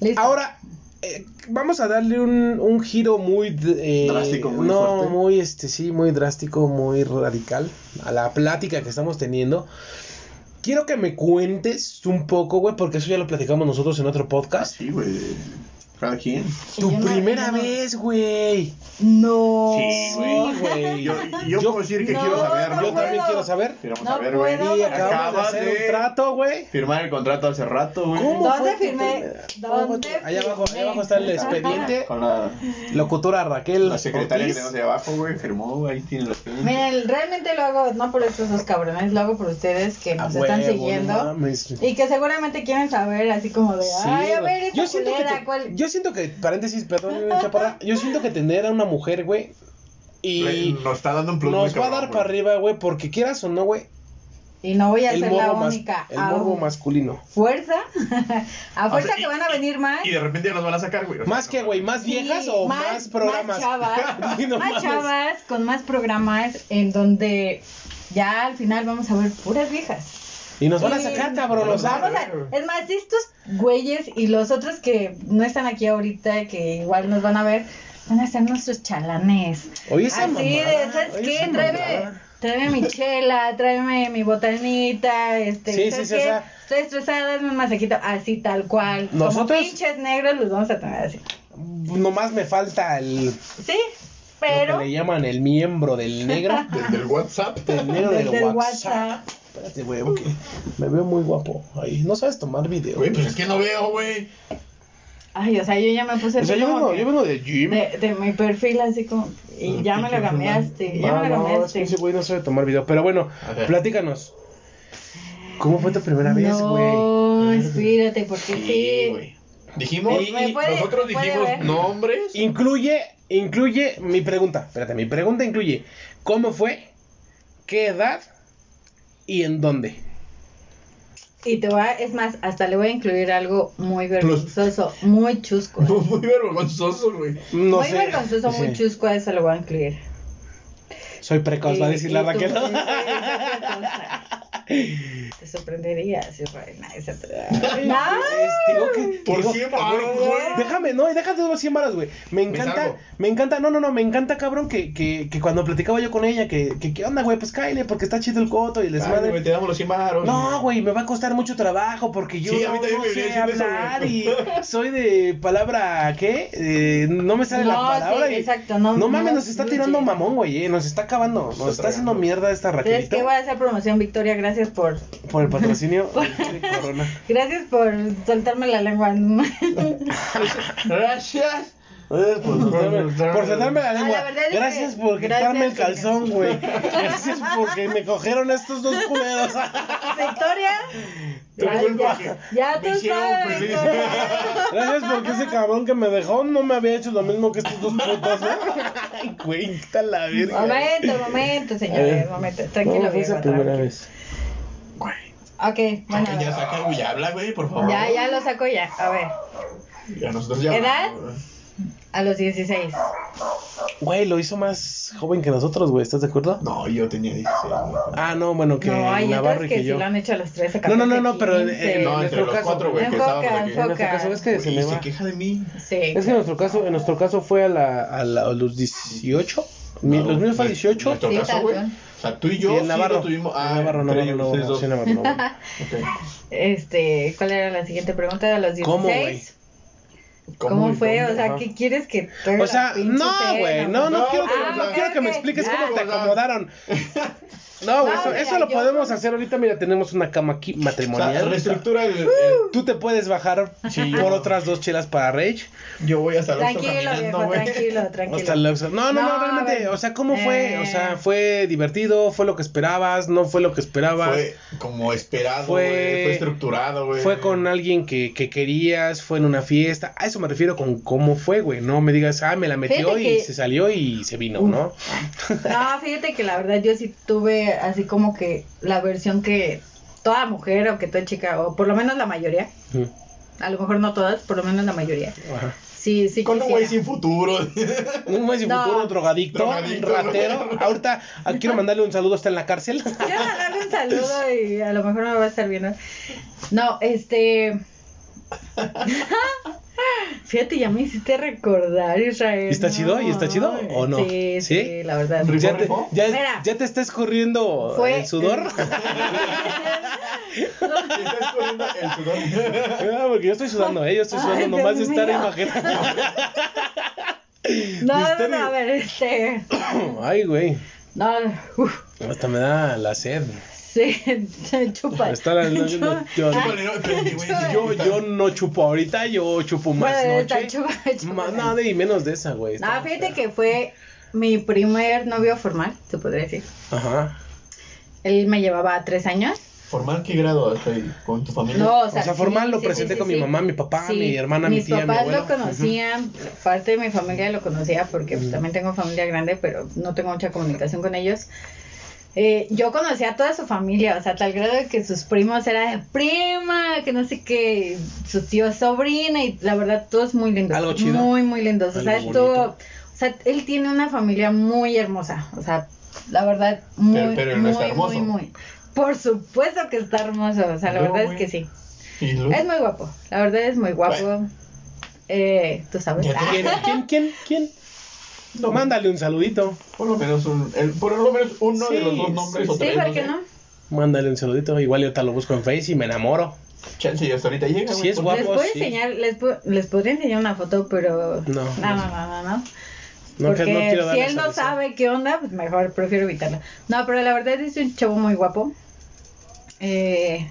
Speaker 3: Listo.
Speaker 1: Ahora, eh, vamos a darle un, un giro muy... de- eh,
Speaker 2: Drástico, muy
Speaker 1: No,
Speaker 2: fuerte.
Speaker 1: muy, este, sí, muy drástico, muy radical a la plática que estamos teniendo. Quiero que me cuentes un poco, güey, porque eso ya lo platicamos nosotros en otro podcast.
Speaker 2: Ah, Sí, güey. Cada quien.
Speaker 3: Que
Speaker 1: Tu
Speaker 3: yo no-
Speaker 1: primera
Speaker 3: yo no-
Speaker 1: vez, güey.
Speaker 3: No.
Speaker 2: Sí,
Speaker 1: Sí, güey.
Speaker 2: Yo, yo
Speaker 1: Yo-
Speaker 2: puedo decir que
Speaker 3: no,
Speaker 2: quiero saber,
Speaker 1: Yo
Speaker 3: no
Speaker 2: ¿no?
Speaker 1: también
Speaker 3: puedo.
Speaker 1: quiero saber.
Speaker 2: Queremos
Speaker 3: No
Speaker 2: saber,
Speaker 3: puedo,
Speaker 2: güey.
Speaker 1: Y
Speaker 3: pero-
Speaker 1: acabamos de
Speaker 2: Acabas
Speaker 1: hacer
Speaker 2: de
Speaker 1: un trato, güey.
Speaker 2: firmar el contrato hace rato, güey.
Speaker 1: ¿Cómo?
Speaker 3: ¿Dónde
Speaker 1: fue tu
Speaker 3: firmé?
Speaker 1: primera-
Speaker 3: ¿Dónde
Speaker 1: Allá abajo, allá
Speaker 3: firmé?
Speaker 1: abajo está el expediente.
Speaker 2: Con la,
Speaker 1: Locutora Raquel.
Speaker 2: la secretaria que
Speaker 1: Ortiz.
Speaker 2: tenemos ahí abajo, güey, firmó, güey, ahí tiene los
Speaker 3: Miren, realmente lo hago no por estos dos cabrones, lo hago por ustedes que
Speaker 1: A
Speaker 3: nos
Speaker 1: Ah, huevo,
Speaker 3: están
Speaker 1: no
Speaker 3: siguiendo
Speaker 1: mames.
Speaker 3: y que seguramente quieren saber así como de,
Speaker 1: Sí,
Speaker 3: ay, a
Speaker 1: güey.
Speaker 3: ver, esta
Speaker 1: yo siento que
Speaker 3: culera,
Speaker 1: te-
Speaker 3: ¿cuál?
Speaker 1: yo siento que paréntesis, perdón, chaparra, yo siento que tener a una mujer, güey,
Speaker 2: Le-
Speaker 1: y
Speaker 2: Nos está dando un plus muy
Speaker 1: nos va a
Speaker 2: cabrón,
Speaker 1: dar
Speaker 2: güey.
Speaker 1: para arriba, güey, porque quieras o no, güey,
Speaker 3: Y no voy a
Speaker 1: el
Speaker 3: ser la
Speaker 1: morbo mas-
Speaker 3: única.
Speaker 1: el
Speaker 3: a
Speaker 1: morbo masculino.
Speaker 3: Fuerza, a
Speaker 2: O
Speaker 3: fuerza
Speaker 2: sea,
Speaker 3: que
Speaker 2: y-
Speaker 3: van a venir más.
Speaker 2: Y de repente ya nos van a sacar, güey. o sea,
Speaker 1: Más que, güey, más
Speaker 3: Sí,
Speaker 1: viejas o más, programas.
Speaker 3: Más chavas,
Speaker 1: No
Speaker 3: más
Speaker 1: mames.
Speaker 3: chavas con más programas en donde ya al final vamos a ver puras viejas.
Speaker 1: Y nos van a
Speaker 3: Y-
Speaker 1: sacar, cabrón, o
Speaker 2: Nos
Speaker 1: sea,
Speaker 3: Vamos a- es más, estos güeyes y los otros que no están aquí ahorita, que igual nos van a ver, van a ser nuestros chalanes.
Speaker 1: Oye, esa
Speaker 3: Así
Speaker 1: mamada,
Speaker 3: de, ¿sabes
Speaker 1: oye,
Speaker 3: qué?
Speaker 1: esa
Speaker 3: Tráeme,
Speaker 1: mamada.
Speaker 3: tráeme mi chela, tráeme mi botanita, este,
Speaker 1: Sí, sí,
Speaker 3: ¿sabes
Speaker 1: sí, o
Speaker 3: qué?
Speaker 1: sea-
Speaker 3: Estoy estresada, dame un masajito, así tal cual.
Speaker 1: Nosotros-
Speaker 3: Como pinches negros los vamos a tomar así.
Speaker 1: Nomás me falta el
Speaker 3: Sí,
Speaker 1: lo
Speaker 3: pero...
Speaker 1: que le llaman el miembro del negro,
Speaker 2: Del, del WhatsApp.
Speaker 1: del negro del,
Speaker 3: Del
Speaker 1: WhatsApp.
Speaker 3: WhatsApp.
Speaker 1: Espérate, güey, porque me veo muy guapo. Ahí, no sabes tomar video.
Speaker 2: Güey, pues es que no veo, güey.
Speaker 3: Ay, o sea, yo ya me puse
Speaker 1: O sea,
Speaker 3: así
Speaker 1: yo
Speaker 3: como
Speaker 1: vengo,
Speaker 3: que
Speaker 1: yo vengo de gym.
Speaker 3: de, de mi perfil así como... Y ya me lo cambiaste, ya
Speaker 1: Ah,
Speaker 3: me lo
Speaker 1: no, es que
Speaker 3: cambiaste.
Speaker 1: ese güey no sabe tomar video. Pero bueno,
Speaker 2: A ver.
Speaker 1: platícanos. ¿Cómo fue tu primera vez, güey?
Speaker 3: No, espérate, porque sí.
Speaker 2: güey. Dijimos,
Speaker 1: Y- y-
Speaker 3: puede-
Speaker 2: nosotros
Speaker 3: me puede
Speaker 2: dijimos
Speaker 3: ver.
Speaker 2: nombres.
Speaker 1: Incluye, incluye mi pregunta. Espérate, mi pregunta incluye cómo fue, qué edad y en dónde.
Speaker 3: Y te va, es más, hasta le voy a incluir algo muy vergonzoso, muy chusco.
Speaker 2: No, muy vergonzoso, güey.
Speaker 1: No
Speaker 3: muy
Speaker 1: sé.
Speaker 3: vergonzoso,
Speaker 1: Sí.
Speaker 3: muy chusco, a eso lo voy a incluir.
Speaker 1: Soy precoz, va a
Speaker 3: Y-
Speaker 1: decir la
Speaker 3: y tú- pues,
Speaker 1: Raquel.
Speaker 3: sí, sí, sí, sí, Te sorprenderías, Israel. No, eso te-
Speaker 1: Ay,
Speaker 3: No.
Speaker 1: es- digo que-
Speaker 2: Por
Speaker 1: digo,
Speaker 2: 100
Speaker 1: güey,
Speaker 2: varos, güey.
Speaker 1: Déjame, no, déjate de los 100 varos, güey. Me encanta,
Speaker 2: salgo.
Speaker 1: me encanta, no, no, no, me encanta, cabrón, que, que, que cuando platicaba yo con ella, que, que, ¿qué onda, güey? Pues cáele, porque está chido el coto y el
Speaker 2: Ay,
Speaker 1: desmadre.
Speaker 2: güey, te damos los 100 varos.
Speaker 1: No, güey, me va a costar mucho trabajo porque yo
Speaker 2: Sí, a
Speaker 1: no,
Speaker 2: mí también
Speaker 1: no
Speaker 2: me
Speaker 1: sé
Speaker 2: venía diciendo eso,
Speaker 1: hablar y
Speaker 2: güey.
Speaker 1: soy de palabra, ¿qué? Eh, no me sale
Speaker 3: No,
Speaker 1: la palabra.
Speaker 3: sí,
Speaker 1: y-
Speaker 3: exacto, no-
Speaker 1: No mames,
Speaker 3: no
Speaker 1: nos está
Speaker 3: fluye.
Speaker 1: tirando mamón, güey, eh, nos está acabando, nos está haciendo
Speaker 2: tragando.
Speaker 1: mierda esta
Speaker 3: ¿Sabes
Speaker 1: Raquelita
Speaker 3: qué? Voy a hacer promoción, Victoria. Gracias por.
Speaker 1: por el patrocinio. de Corona.
Speaker 3: Gracias por soltarme la lengua.
Speaker 2: Gracias.
Speaker 1: Gracias por soltarme,
Speaker 2: soltarme-
Speaker 1: por soltarme la
Speaker 3: No,
Speaker 1: lengua.
Speaker 3: la verdad es que-
Speaker 1: Gracias por
Speaker 3: gracias
Speaker 1: quitarme el
Speaker 3: porque-
Speaker 1: calzón, güey. Gracias porque me cogieron estos dos culeros.
Speaker 3: Victoria.
Speaker 2: Tu
Speaker 3: Ay,
Speaker 2: culpa.
Speaker 3: ya, ya
Speaker 2: Me
Speaker 3: tú
Speaker 2: hicieron
Speaker 3: sabes.
Speaker 2: feliz.
Speaker 3: Victoria.
Speaker 1: Gracias porque ese cabrón que me dejó no me había hecho lo mismo que estos dos putos, ¿no? Ay, güey, quita la verga.
Speaker 3: Momento, momento, señores, momento. Tranquilo,
Speaker 1: fue esa
Speaker 3: viejo,
Speaker 1: primera
Speaker 3: tranquilo.
Speaker 1: vez?
Speaker 2: Güey.
Speaker 3: Ok, bueno.
Speaker 2: Ya saca, güey, ya habla, güey, por favor.
Speaker 3: Ya, ya lo saco ya. A ver,
Speaker 2: Ya nosotros ya.
Speaker 3: ¿Edad? a los 16.
Speaker 1: Güey, lo hizo más joven que nosotros, güey, ¿estás de acuerdo?
Speaker 2: No, yo tenía 16. güey.
Speaker 1: Ah, no, bueno, que
Speaker 3: no, hay
Speaker 1: Navarro
Speaker 3: otros
Speaker 1: y
Speaker 3: que,
Speaker 1: que
Speaker 3: sí
Speaker 1: yo.
Speaker 3: lo han hecho a los 13,
Speaker 1: No,
Speaker 3: 14,
Speaker 1: no, no, no, pero,
Speaker 3: 15.
Speaker 1: eh,
Speaker 2: No,
Speaker 1: en
Speaker 2: entre
Speaker 1: nuestro
Speaker 2: los
Speaker 1: caso-
Speaker 2: cuatro, güey, que
Speaker 3: Enfoca,
Speaker 2: estábamos aquí.
Speaker 1: En nuestro
Speaker 3: Toca.
Speaker 1: caso, es que se
Speaker 2: Güey,
Speaker 1: me
Speaker 2: se
Speaker 1: va.
Speaker 2: queja de mí.
Speaker 3: Sí.
Speaker 1: Es que en nuestro caso, en nuestro caso fue a, la, a, la- a los 18. Mi- los míos fue a 18.
Speaker 2: Pues, Nuestro
Speaker 3: Sí,
Speaker 2: caso,
Speaker 3: tal
Speaker 2: güey.
Speaker 3: cual.
Speaker 2: O sea, tú y
Speaker 1: y
Speaker 2: yo
Speaker 1: el Navarro.
Speaker 2: sí lo tuvimos. Ah,
Speaker 1: el Navarro, no,
Speaker 2: entre
Speaker 1: no, no,
Speaker 2: ustedes
Speaker 1: no,
Speaker 2: dos.
Speaker 1: sí, Navarro, no, güey.
Speaker 2: Ok.
Speaker 3: Este, ¿cuál era la siguiente pregunta? ¿A los 16?
Speaker 1: ¿Cómo, güey?
Speaker 3: ¿Cómo, fue?
Speaker 2: güey?
Speaker 3: O sea,
Speaker 1: Ajá.
Speaker 3: ¿qué quieres que te haga
Speaker 1: O sea,
Speaker 3: la pinche
Speaker 1: no,
Speaker 3: cena,
Speaker 1: güey, no, no,
Speaker 2: No,
Speaker 1: quiero que,
Speaker 2: ah,
Speaker 1: no
Speaker 2: ok,
Speaker 1: quiero que me
Speaker 3: ok,
Speaker 1: expliques
Speaker 3: ya.
Speaker 1: cómo te
Speaker 2: No, no.
Speaker 1: acomodaron. No, güey,
Speaker 3: No,
Speaker 1: eso,
Speaker 3: mira,
Speaker 1: eso lo
Speaker 3: yo-
Speaker 1: podemos hacer ahorita. Mira, tenemos una cama aquí
Speaker 2: O sea,
Speaker 1: matrimonial.
Speaker 2: reestructura el,
Speaker 3: Uh.
Speaker 2: el-
Speaker 1: Tú te puedes bajar
Speaker 2: Sí.
Speaker 1: por otras dos chelas para Rage.
Speaker 2: Yo voy hasta el otro
Speaker 3: Tranquilo,
Speaker 2: caminando,
Speaker 3: viejo,
Speaker 2: güey.
Speaker 3: tranquilo, tranquilo.
Speaker 1: Hasta el Oxxo. No, no, no,
Speaker 3: No, a
Speaker 1: realmente.
Speaker 3: ver.
Speaker 1: O sea, ¿cómo fue?
Speaker 3: Eh.
Speaker 1: O sea, ¿fue divertido? ¿Fue lo que esperabas? ¿No fue lo que esperabas?
Speaker 2: Fue como esperado,
Speaker 1: Fue-
Speaker 2: fue, fue estructurado, güey.
Speaker 1: ¿Fue con alguien que, que querías? ¿Fue en una fiesta? A eso me refiero con cómo fue, güey. No me digas, ah, me la metió
Speaker 3: Fíjate
Speaker 1: y
Speaker 3: que-
Speaker 1: se salió y se vino, ¿no?
Speaker 3: No, fíjate que la verdad yo sí tuve fue así como que la versión que toda mujer o que toda chica, o por lo menos la mayoría,
Speaker 1: Ujú.
Speaker 3: a lo mejor no todas, por lo menos la mayoría,
Speaker 1: Ajá.
Speaker 3: sí, sí
Speaker 2: Con un güey
Speaker 3: quisiera.
Speaker 2: sin futuro.
Speaker 1: Un güey sin
Speaker 3: No.
Speaker 1: futuro, drogadicto,
Speaker 2: Drogadicto.
Speaker 1: ratero. Ahorita ah, quiero mandarle un saludo, está en la cárcel.
Speaker 3: Quiero mandarle un saludo y a lo mejor me va a estar viendo. No, este. Fíjate, ya me hiciste recordar, Israel.
Speaker 1: ¿Y está
Speaker 3: No,
Speaker 1: chido? ¿Y está chido o no?
Speaker 3: Sí, sí,
Speaker 1: ¿Sí?
Speaker 3: la verdad.
Speaker 2: Rifó,
Speaker 1: Ya te,
Speaker 2: rifó.
Speaker 1: ya,
Speaker 3: Mira.
Speaker 1: ya te está escurriendo
Speaker 3: Fue-
Speaker 1: el sudor.
Speaker 2: Estás corriendo el sudor.
Speaker 1: Ah, porque yo estoy sudando, ¿eh? Yo estoy sudando
Speaker 3: Ay,
Speaker 1: nomás de
Speaker 3: Dios
Speaker 1: estar
Speaker 3: mío.
Speaker 1: imaginando.
Speaker 3: No, no,
Speaker 1: Misterio.
Speaker 3: no, a ver, este.
Speaker 1: Ay, güey.
Speaker 3: No, uf,
Speaker 1: Hasta me da la sed.
Speaker 3: sí, chupa.
Speaker 1: Está la- no, yo no- yo no.
Speaker 3: Ah.
Speaker 2: Chúpale, no, pero, güey,
Speaker 3: Chúpale.
Speaker 1: Yo, yo no chupo ahorita, yo chupo más
Speaker 3: Bueno, de esta,
Speaker 1: noche.
Speaker 3: chupa, chupa.
Speaker 1: Más nada y menos de esa, güey.
Speaker 3: No, fíjate
Speaker 1: Está-
Speaker 3: que fue mi primer novio formal, se podría decir.
Speaker 1: Ajá.
Speaker 3: Él me llevaba tres años.
Speaker 2: ¿Formal qué grado? Hasta ahí, ¿Con tu familia?
Speaker 3: No,
Speaker 1: O sea, formal lo presenté con mi mamá, mi papá, mi hermana, mi
Speaker 3: mis
Speaker 1: tía, mi
Speaker 3: papás
Speaker 1: abuelo.
Speaker 3: lo conocían, parte de mi familia lo conocía porque pues, también tengo familia grande, pero no tengo mucha comunicación con ellos. Eh, yo conocía a toda su familia, o sea, tal grado de que sus primos eran de prima, que no sé qué, su tío es sobrina, y la verdad, todos muy lindos.
Speaker 1: Algo chido.
Speaker 3: Muy, muy lindos. O sea,
Speaker 1: Algo
Speaker 3: estuvo-
Speaker 1: bonito.
Speaker 3: o sea, él tiene una familia muy hermosa, o sea, la verdad, muy,
Speaker 2: Pero- pero él no
Speaker 3: muy,
Speaker 2: está hermoso.
Speaker 3: muy, muy. Por supuesto que está hermoso, o sea, la
Speaker 2: No,
Speaker 3: verdad
Speaker 2: güey.
Speaker 3: es que sí.
Speaker 2: ¿Y luego?
Speaker 3: Es muy guapo, la verdad es muy guapo.
Speaker 2: Bueno.
Speaker 3: Eh, Tú sabes.
Speaker 2: Ya te-
Speaker 3: Ah,
Speaker 1: ¿Quién, quién, quién, quién?
Speaker 2: No,
Speaker 1: Mándale un saludito.
Speaker 2: Por lo menos, un, el- por lo menos uno de
Speaker 1: Sí,
Speaker 2: los dos nombres o
Speaker 3: Sí,
Speaker 2: tres.
Speaker 3: ¿por qué
Speaker 2: sé.
Speaker 3: no?
Speaker 1: Mándale un saludito. Igual yo te lo busco en Face y me enamoro.
Speaker 2: Chance y hasta ahorita llega.
Speaker 1: Sí,
Speaker 2: güey,
Speaker 1: es
Speaker 2: por-
Speaker 1: guapo.
Speaker 3: Les puedo
Speaker 1: sí.
Speaker 3: enseñar, les, pu- les podría enseñar una foto, pero.
Speaker 1: No,
Speaker 3: No,
Speaker 1: no.
Speaker 3: no, no, no. no.
Speaker 1: No, que
Speaker 3: Porque
Speaker 1: no quiero
Speaker 3: si
Speaker 1: darle
Speaker 3: él no
Speaker 1: esa
Speaker 3: sabe qué onda, pues mejor prefiero evitarlo. No, pero la verdad es un chavo muy guapo. Eh,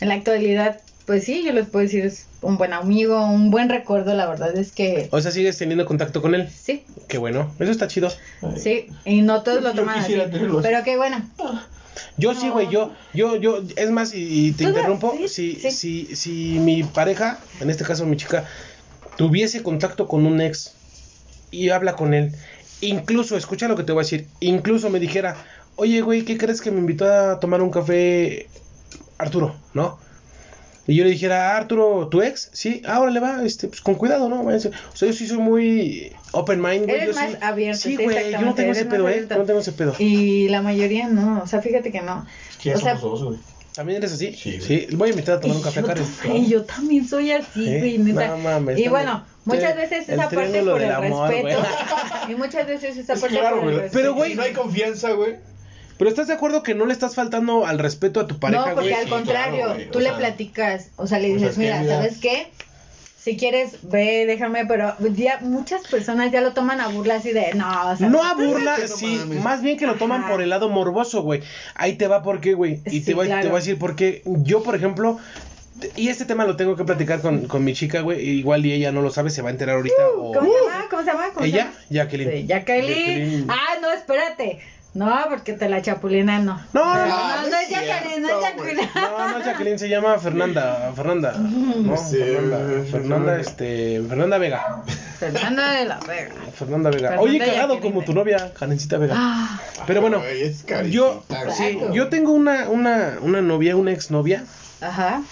Speaker 3: en la actualidad, pues sí, yo les puedo decir, es un buen amigo, un buen recuerdo. La verdad es que.
Speaker 1: O sea, sigues teniendo contacto con él.
Speaker 3: Sí,
Speaker 1: Qué bueno. Eso está chido.
Speaker 2: Ay.
Speaker 3: sí, y no todos lo
Speaker 2: Yo
Speaker 3: toman así.
Speaker 2: quisiera tenerlo así.
Speaker 3: Pero qué bueno.
Speaker 1: Yo sí, güey, yo, yo, yo, es más, y, y te
Speaker 3: Tú da-
Speaker 1: interrumpo,
Speaker 3: sí,
Speaker 1: si,
Speaker 3: sí.
Speaker 1: si, si mi pareja, en este caso mi chica, tuviese contacto con un ex y habla con él, incluso, escucha lo que te voy a decir, incluso me dijera, oye, güey, ¿qué crees que me invitó a tomar un café Arturo, no? Y yo le dijera, "Ah, Arturo, ¿tu ex? Sí, ahora le va, este, pues con cuidado, ¿no? Váyanse". O sea, yo sí soy muy open mind, güey.
Speaker 3: Eres
Speaker 1: yo
Speaker 3: más
Speaker 1: sí-
Speaker 3: abierto,
Speaker 1: Sí,
Speaker 3: sí,
Speaker 1: güey, yo no
Speaker 3: exactamente,
Speaker 1: tengo
Speaker 3: eres
Speaker 1: ese
Speaker 3: más
Speaker 1: pedo, ¿eh?
Speaker 3: abierto.
Speaker 1: Yo No tengo ese pedo.
Speaker 3: Y la mayoría no, o sea, fíjate que no.
Speaker 2: Es que ya
Speaker 3: o sea,
Speaker 2: somos dos, güey.
Speaker 1: ¿También eres así?
Speaker 2: Sí,
Speaker 1: Sí.
Speaker 2: güey.
Speaker 1: Voy a invitar a tomar un café,
Speaker 3: yo,
Speaker 1: Karen.
Speaker 3: tam- y yo también soy así,
Speaker 1: ¿Eh?
Speaker 3: güey, neta.
Speaker 1: No mames,
Speaker 3: y
Speaker 1: no
Speaker 3: bueno,
Speaker 1: mames.
Speaker 3: muchas
Speaker 1: Tri-
Speaker 3: veces
Speaker 1: el
Speaker 3: esa parte
Speaker 1: triángulo
Speaker 3: por
Speaker 1: del
Speaker 3: el
Speaker 1: amor,
Speaker 3: respeto.
Speaker 1: güey.
Speaker 3: Y muchas veces esa
Speaker 2: Es que
Speaker 3: parte
Speaker 2: claro,
Speaker 3: por el
Speaker 2: güey,
Speaker 3: respeto.
Speaker 1: Pero, güey,
Speaker 2: Si no hay confianza, güey.
Speaker 1: Pero ¿estás de acuerdo que no le estás faltando al respeto a tu pareja,
Speaker 3: no, porque
Speaker 1: güey?
Speaker 2: sí,
Speaker 3: al contrario,
Speaker 2: claro, güey,
Speaker 3: tú
Speaker 2: o
Speaker 3: le
Speaker 2: sea,
Speaker 3: platicas, o sea, le
Speaker 2: o sea,
Speaker 3: dices,
Speaker 2: es que
Speaker 3: mira,
Speaker 2: mira-
Speaker 3: ¿sabes qué? Si quieres, ve, déjame, pero ya muchas personas ya lo toman a burla así de, no, o sea,
Speaker 1: No a burla,
Speaker 2: Pero
Speaker 1: sí,
Speaker 2: mames.
Speaker 1: más bien que lo toman
Speaker 3: Ajá.
Speaker 1: por el lado morboso, güey. Ahí te va porque, güey. Y te,
Speaker 3: Sí,
Speaker 1: voy, te
Speaker 3: claro.
Speaker 1: voy a decir porque yo, por ejemplo, te- y este tema lo tengo que platicar con, con mi chica, güey. Igual y ella no lo sabe, se va a enterar ahorita. o-
Speaker 3: Uh, ¿Cómo se llama? ¿Cómo se llama? ¿Cómo se
Speaker 1: ¿Ella?
Speaker 3: llama?
Speaker 1: Jacqueline.
Speaker 3: Sí, Jacqueline.
Speaker 1: Jacqueline.
Speaker 3: Ah, no, espérate. No, porque te la chapulina no.
Speaker 1: No, no, no.
Speaker 2: Ah,
Speaker 3: no,
Speaker 2: no
Speaker 3: no
Speaker 2: es
Speaker 3: es Jacqueline, no es
Speaker 2: cierto, güey.
Speaker 3: Jacqueline.
Speaker 1: No, no es Jacqueline, se llama Fernanda. Fernanda. No,
Speaker 2: Sí,
Speaker 1: Fernanda.
Speaker 2: sí,
Speaker 1: Fernanda,
Speaker 2: sí.
Speaker 1: este. Fernanda Vega.
Speaker 3: Fernanda de la Vega.
Speaker 1: Fernanda Vega.
Speaker 3: Fernanda
Speaker 1: Oye, cagado
Speaker 3: Jacqueline
Speaker 1: como tu
Speaker 3: Vega.
Speaker 1: novia, Karencita Vega.
Speaker 3: Ah,
Speaker 1: Pero bueno,
Speaker 2: Ay, es carísimo.
Speaker 1: yo,
Speaker 2: Claro.
Speaker 1: sí,
Speaker 3: Exacto.
Speaker 1: yo tengo una, una, una novia, una exnovia,
Speaker 3: ajá.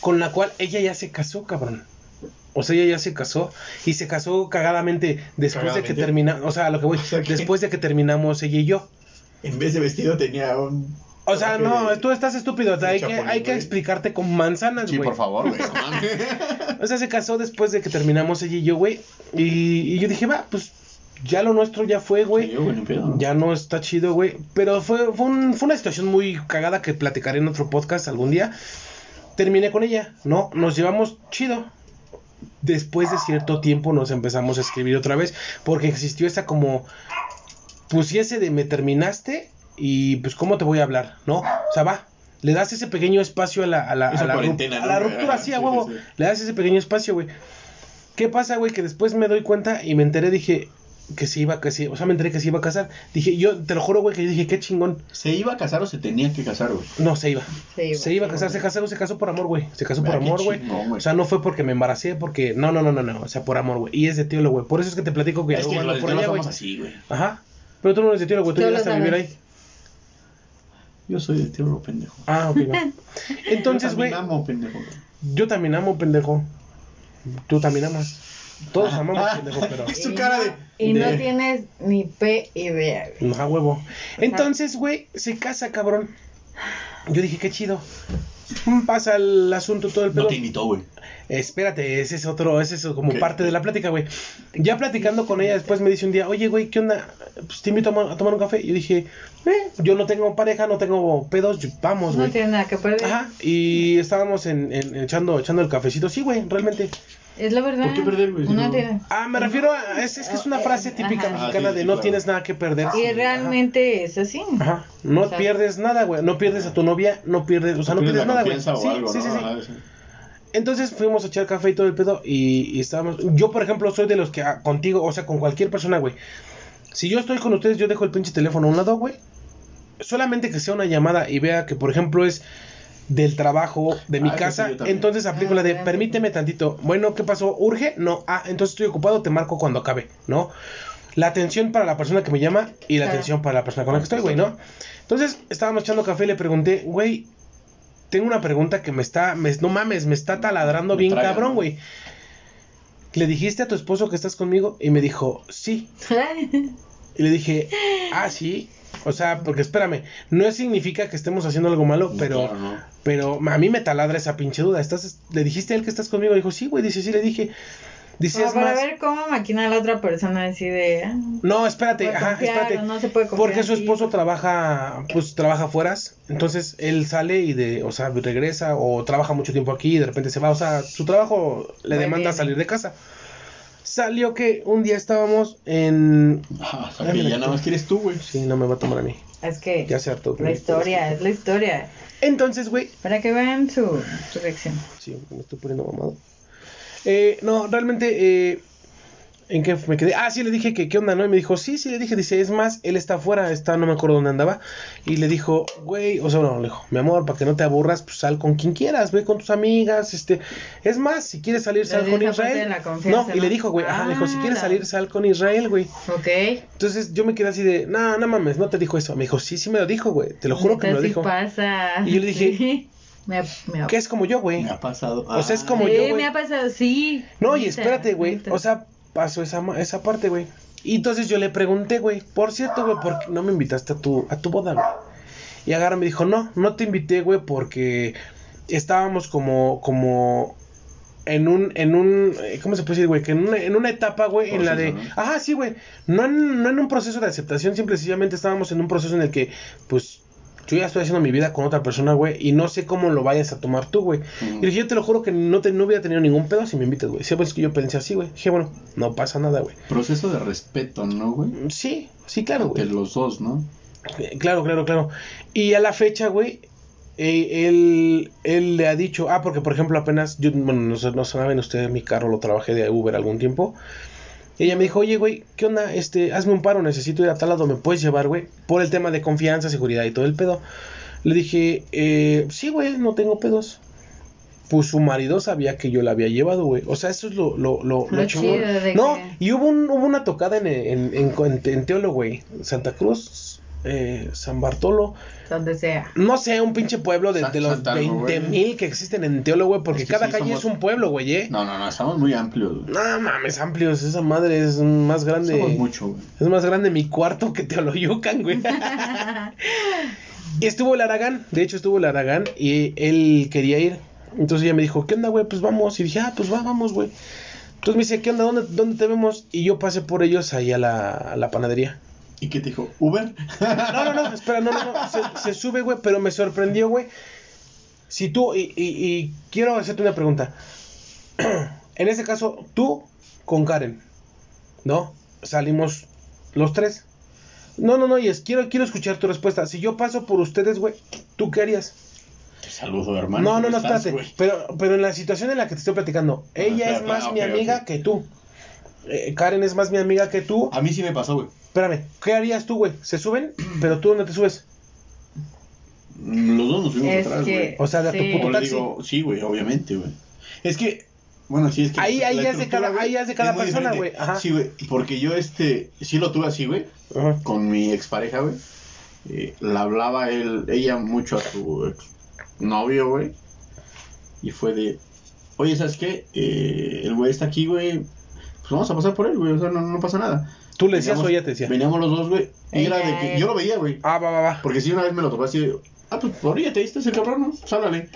Speaker 1: con la cual ella ya se casó, cabrón. O sea, ella ya se casó y se casó cagadamente después de que
Speaker 2: Cagadamente.
Speaker 1: terminamos, o sea, a lo que voy,
Speaker 2: sea, ¿qué?
Speaker 1: después de que terminamos ella y yo.
Speaker 2: En vez de vestido tenía un.
Speaker 1: O sea, no, tú estás estúpido, o sea, hay, que,
Speaker 2: Chapulín,
Speaker 1: hay que
Speaker 2: güey.
Speaker 1: explicarte con manzanas,
Speaker 2: Sí,
Speaker 1: güey.
Speaker 2: por favor, güey. no mames.
Speaker 1: O sea, se casó después de que terminamos ella y yo, güey. Y, y yo dije, va, pues ya lo nuestro ya fue, güey.
Speaker 2: Sí, güey, ni pedo.
Speaker 1: Ya no está chido, güey. Pero fue, fue, un- fue una situación muy cagada que platicaré en otro podcast algún día. Terminé con ella, ¿no? Nos llevamos chido. Después de cierto tiempo nos empezamos a escribir otra vez. Porque existió esa como. Pusiese de me terminaste. Y pues, ¿cómo te voy a hablar? ¿No? O sea, va. Le das ese pequeño espacio a la, a la,
Speaker 2: Esa
Speaker 1: a la, rup-
Speaker 2: cuarentena,
Speaker 1: a la
Speaker 2: ¿no?
Speaker 1: ruptura, sí, a
Speaker 2: Sí,
Speaker 1: huevo.
Speaker 2: sí, sí.
Speaker 1: Le das ese pequeño espacio, güey. ¿Qué pasa, güey? Que después me doy cuenta y me enteré, dije, que se iba, que se, o sea, me enteré que se iba a casar. Dije, yo te lo juro, güey, que yo dije, qué chingón.
Speaker 2: ¿Se iba a casar o se tenía que casar, güey?
Speaker 1: No, se iba.
Speaker 3: Se iba.
Speaker 1: Se iba a casar, se casó, se casó por amor, güey. Se casó por
Speaker 2: Ah, qué
Speaker 1: amor, güey.
Speaker 2: chingón, güey.
Speaker 1: O sea, no fue porque me embaracé, porque. No, no, no, no, no. O sea, por amor, güey. Y es de tío, güey. Por eso es que te platico que
Speaker 2: Es que
Speaker 1: yo ando
Speaker 2: los
Speaker 1: por
Speaker 2: no
Speaker 1: allá,
Speaker 2: somos
Speaker 1: güey.
Speaker 2: así, güey.
Speaker 1: Ajá. Pero tú no eres de tío, güey. Tú
Speaker 3: Yo
Speaker 1: llegaste
Speaker 3: lo
Speaker 1: a vivir
Speaker 3: sabía.
Speaker 1: ahí.
Speaker 2: Yo soy de tierno, pendejo.
Speaker 1: Ah, ok, va. Entonces,
Speaker 2: Yo
Speaker 1: güey,
Speaker 2: también amo, pendejo. güey.
Speaker 1: yo también amo, pendejo. Tú también amas. Todos
Speaker 2: Ah,
Speaker 1: amamos,
Speaker 2: ah,
Speaker 1: pendejo, pero.
Speaker 2: Es tu
Speaker 3: Y
Speaker 2: cara
Speaker 3: no-
Speaker 2: de-
Speaker 3: Y no
Speaker 2: de-
Speaker 3: tienes ni P idea, güey.
Speaker 1: No, a huevo. Entonces, güey, se casa, cabrón. Yo dije, qué chido. Mm, Pasa el asunto todo el pedo.
Speaker 2: No te invitó, güey.
Speaker 1: Espérate, ese es otro, ese es como
Speaker 2: ¿Qué?
Speaker 1: parte de la plática, güey. Ya platicando con ella, después me dice un día, oye, güey, ¿qué onda? Pues te invito a, ma- a tomar un café. Y yo dije, eh, yo no tengo pareja, no tengo pedos, yo- vamos,
Speaker 3: No
Speaker 1: güey.
Speaker 3: tiene nada que perder.
Speaker 1: Ajá, y estábamos en, en- echando, echando el cafecito. Sí, güey, realmente.
Speaker 3: Es la verdad.
Speaker 2: ¿Por qué perder, güey? Si
Speaker 3: No
Speaker 2: no-
Speaker 3: tiene.
Speaker 1: Ah, me refiero a. Es, es que es una frase típica
Speaker 3: Eh, Ajá.
Speaker 2: Ah,
Speaker 1: mexicana
Speaker 2: sí, sí,
Speaker 1: de no
Speaker 2: claro.
Speaker 1: tienes nada que perder.
Speaker 3: Y realmente es así.
Speaker 1: Ah, Ajá, no
Speaker 3: sea-
Speaker 1: pierdes nada, güey. No pierdes a tu novia, no pierdes. O sea, no
Speaker 2: Tienes
Speaker 1: pierdes
Speaker 2: la
Speaker 1: nada, güey.
Speaker 2: confianza
Speaker 1: Sí,
Speaker 2: o algo,
Speaker 1: sí,
Speaker 2: ¿no?
Speaker 1: sí, sí.
Speaker 2: Ajá, sí.
Speaker 1: Entonces fuimos a echar café y todo el pedo y, y estábamos... Yo, por ejemplo, soy de los que ah, contigo, o sea, con cualquier persona, güey. Si yo estoy con ustedes, yo dejo el pinche teléfono a un lado, güey. Solamente que sea una llamada y vea que, por ejemplo, es del trabajo, de mi
Speaker 2: Ah, eso sí,
Speaker 1: casa,
Speaker 2: yo también.
Speaker 1: entonces aplico
Speaker 3: Ah,
Speaker 1: la de
Speaker 3: ya,
Speaker 1: permíteme tantito. Bueno, ¿qué pasó? ¿Urge? No. Ah, entonces estoy ocupado, te marco cuando acabe, ¿no? La atención para la persona que me llama y la
Speaker 3: Claro.
Speaker 1: atención para la persona con la que estoy, güey, ¿no? Entonces estábamos echando café y le pregunté, güey, tengo una pregunta que me está, me- no mames, me está taladrando
Speaker 2: Me
Speaker 1: bien
Speaker 2: traga,
Speaker 1: cabrón,
Speaker 2: ¿no?
Speaker 1: güey. ¿Le dijiste a tu esposo que estás conmigo? Y me dijo, sí. Y le dije, ah, sí. O sea, porque espérame, no significa que estemos haciendo algo malo,
Speaker 2: No,
Speaker 1: pero,
Speaker 2: claro, no.
Speaker 1: pero a mí me taladra esa pinche duda. ¿Estás, ¿Le dijiste a él que estás conmigo? Dijo, sí, güey, dice, sí, le dije. Dice,
Speaker 3: Como
Speaker 1: es
Speaker 3: para
Speaker 1: más.
Speaker 3: ver cómo maquina a la otra persona decide. ah,
Speaker 1: No, espérate,
Speaker 3: puede
Speaker 1: ajá,
Speaker 3: confiar
Speaker 1: espérate.
Speaker 3: o No se puede confiar
Speaker 1: Porque su
Speaker 3: en ti.
Speaker 1: esposo trabaja, pues trabaja fueras, entonces él sale y de, o sea, regresa o trabaja mucho tiempo aquí y de repente se va, o sea, su trabajo le
Speaker 3: Va y
Speaker 1: demanda
Speaker 3: viene.
Speaker 1: salir de casa. Salió que un día estábamos en...
Speaker 2: Ah,
Speaker 1: Ah,
Speaker 2: Sofi,
Speaker 1: mira.
Speaker 2: ya nada más quieres tú, güey.
Speaker 1: Sí, no me va a tomar a mí,
Speaker 3: Es que
Speaker 1: ya se hartó.
Speaker 3: la
Speaker 1: güey.
Speaker 3: historia, es la historia.
Speaker 1: Entonces, güey,
Speaker 3: Para que vean su, su reacción.
Speaker 1: sí, me estoy poniendo mamado. Eh, no, realmente, eh, ¿en qué me quedé? Ah, sí, le dije que qué onda, ¿no? Y me dijo, sí, sí, le dije, dice, es más, él está afuera, está, no me acuerdo dónde andaba. Y le dijo, güey, o sea, no, le dijo, mi amor, para que no te aburras, pues sal con quien quieras, ve con tus amigas, este, es más, si quieres salir,
Speaker 3: Le
Speaker 1: sal
Speaker 3: dio
Speaker 1: con
Speaker 3: esa parte
Speaker 1: Israel.
Speaker 3: de la confianza,
Speaker 1: No, y le
Speaker 3: ¿no?
Speaker 1: dijo, güey, ajá, le dijo, si
Speaker 3: Ah,
Speaker 1: quieres
Speaker 3: la-
Speaker 1: salir, sal con Israel, güey.
Speaker 3: Ok.
Speaker 1: Entonces yo me quedé así de, no, no mames, no te dijo eso. Me dijo, sí, sí me lo dijo, güey, te lo juro que me lo
Speaker 3: Así
Speaker 1: dijo.
Speaker 3: pasa.
Speaker 1: Y yo le dije-
Speaker 3: Sí. me, me,
Speaker 1: Que es como yo, güey.
Speaker 2: Me ha pasado.
Speaker 1: O sea, es
Speaker 2: Ah,
Speaker 1: como
Speaker 3: Sí,
Speaker 1: yo, güey.
Speaker 3: me ha pasado, sí.
Speaker 1: No, y
Speaker 3: Neta,
Speaker 1: espérate, güey.
Speaker 3: neta.
Speaker 1: O sea, pasó esa, ma- esa parte, güey. Y entonces yo le pregunté, güey, por cierto, güey, ¿por qué no me invitaste a tu, a tu boda, güey? Y agarra y me dijo, no, no te invité, güey, porque estábamos como, como en un, en un, eh, ¿cómo se puede decir, güey? Que en una, en una etapa, güey, en la de,
Speaker 2: Proceso, ¿no?
Speaker 1: ajá, sí, güey, no en, no en un proceso de aceptación, simple y sencillamente estábamos en un proceso en el que, pues, yo ya estoy haciendo mi vida con otra persona, güey, y no sé cómo lo vayas a tomar tú, güey.
Speaker 2: Ujú.
Speaker 1: Y le dije, yo te lo juro que no, te, no hubiera tenido ningún pedo si me invitas, güey. Sí, pues que yo pensé así, güey. Dije, bueno, no pasa nada, güey.
Speaker 2: Ah. Proceso de respeto, ¿no, güey?
Speaker 1: Sí, sí, claro,
Speaker 2: De
Speaker 1: güey.
Speaker 2: los dos, ¿no?
Speaker 1: Eh, Claro, claro, claro. Y a la fecha, güey, eh, él, él le ha dicho, ah, porque por ejemplo apenas, yo, bueno, no, sé- no saben ustedes, mi carro lo trabajé de Uber algún tiempo. Y ella me dijo, oye, güey, ¿qué onda? Este, hazme un paro, necesito ir a tal lado, ¿me puedes llevar, güey? Por el tema de confianza, seguridad y todo el pedo. Le dije, eh, sí, güey, no tengo pedos. Pues su marido sabía que yo la había llevado, güey. O sea, eso es lo, lo, lo,
Speaker 3: Lo
Speaker 1: chingón.
Speaker 3: chido de
Speaker 1: No,
Speaker 3: que-
Speaker 1: y hubo, un- hubo una tocada en, en, en, en- en Teolo, güey. Santa Cruz, eh, San Bartolo.
Speaker 3: Donde sea.
Speaker 1: No sé, un pinche pueblo de,
Speaker 2: San-
Speaker 1: de los
Speaker 2: Santa Alba, güey.
Speaker 1: 20 mil que existen en Teolo, güey. Porque
Speaker 2: Es que
Speaker 1: cada
Speaker 2: sí,
Speaker 1: calle
Speaker 2: somos-
Speaker 1: es un pueblo, güey, ¿eh?
Speaker 2: No, no, no, estamos muy amplios, güey.
Speaker 1: No mames, amplios. Esa madre es más grande.
Speaker 2: Somos mucho, güey.
Speaker 1: Es más grande mi cuarto que Teoloyucan, güey. y estuvo el Aragán, de hecho estuvo el Aragán y él quería ir. Entonces ella me dijo, ¿qué onda, güey? Pues vamos. Y dije, ah, pues va, vamos, güey. Entonces me dice, ¿qué onda? ¿Dónde, dónde te vemos? Y yo pasé por ellos ahí a la, a la panadería.
Speaker 2: ¿Y qué te dijo? ¿Uber?
Speaker 1: No, no, no, espera, no, no, no. Se, se sube, güey, pero me sorprendió, güey. Si tú, y, y- y quiero hacerte una pregunta. En ese caso, tú con Karen, ¿no? Salimos los tres. No, no, no, Yes, quiero, quiero escuchar tu respuesta. Si yo paso por ustedes, güey, ¿tú qué harías?
Speaker 2: Te saludo, hermano.
Speaker 1: no, no,
Speaker 2: ¿cómo
Speaker 1: no,
Speaker 2: estás,
Speaker 1: espérate.
Speaker 2: güey?
Speaker 1: pero, pero en la situación en la que te estoy platicando, ella
Speaker 2: espera,
Speaker 1: es más
Speaker 2: espera,
Speaker 1: mi
Speaker 2: ok,
Speaker 1: amiga
Speaker 2: ok.
Speaker 1: que tú. Eh, Karen es más mi amiga que tú.
Speaker 2: A mí sí me pasó, güey.
Speaker 1: Espérame, ¿qué harías tú, güey? ¿Se suben? Pero tú no te subes.
Speaker 2: Mm, Los dos nos fuimos
Speaker 3: Es
Speaker 2: atrás,
Speaker 3: que.
Speaker 2: güey.
Speaker 1: O sea, de a tu
Speaker 3: sí.
Speaker 1: puto
Speaker 2: O le
Speaker 1: taxi.
Speaker 2: digo, sí, güey, obviamente, güey. Es que, bueno, sí, es que.
Speaker 1: Ahí-
Speaker 2: la
Speaker 1: ahí ya es de
Speaker 2: estructura,
Speaker 1: cada-
Speaker 2: güey,
Speaker 1: ahí ya es de cada
Speaker 2: muy
Speaker 1: persona,
Speaker 2: diferente.
Speaker 1: güey, ajá.
Speaker 2: Sí, güey, porque yo, este, sí lo tuve así, güey,
Speaker 1: Ajá.
Speaker 2: con mi expareja, güey. eh, la hablaba él, ella mucho a su ex novio, güey. Y fue de, oye, ¿sabes qué? Eh, el güey está aquí, güey. Pues vamos a pasar por él, güey. O sea, no, no pasa nada.
Speaker 1: ¿Tú le decías
Speaker 2: Veníamos-
Speaker 1: o ella te decía?
Speaker 2: Veníamos los dos, güey. Y era
Speaker 3: Ella,
Speaker 2: de que
Speaker 3: él.
Speaker 2: yo lo veía, güey.
Speaker 1: Ah, va, va, va.
Speaker 2: Porque si una vez me lo tocó así, ah, pues por ahí te diste ese cabrón, ¿no? Sálale.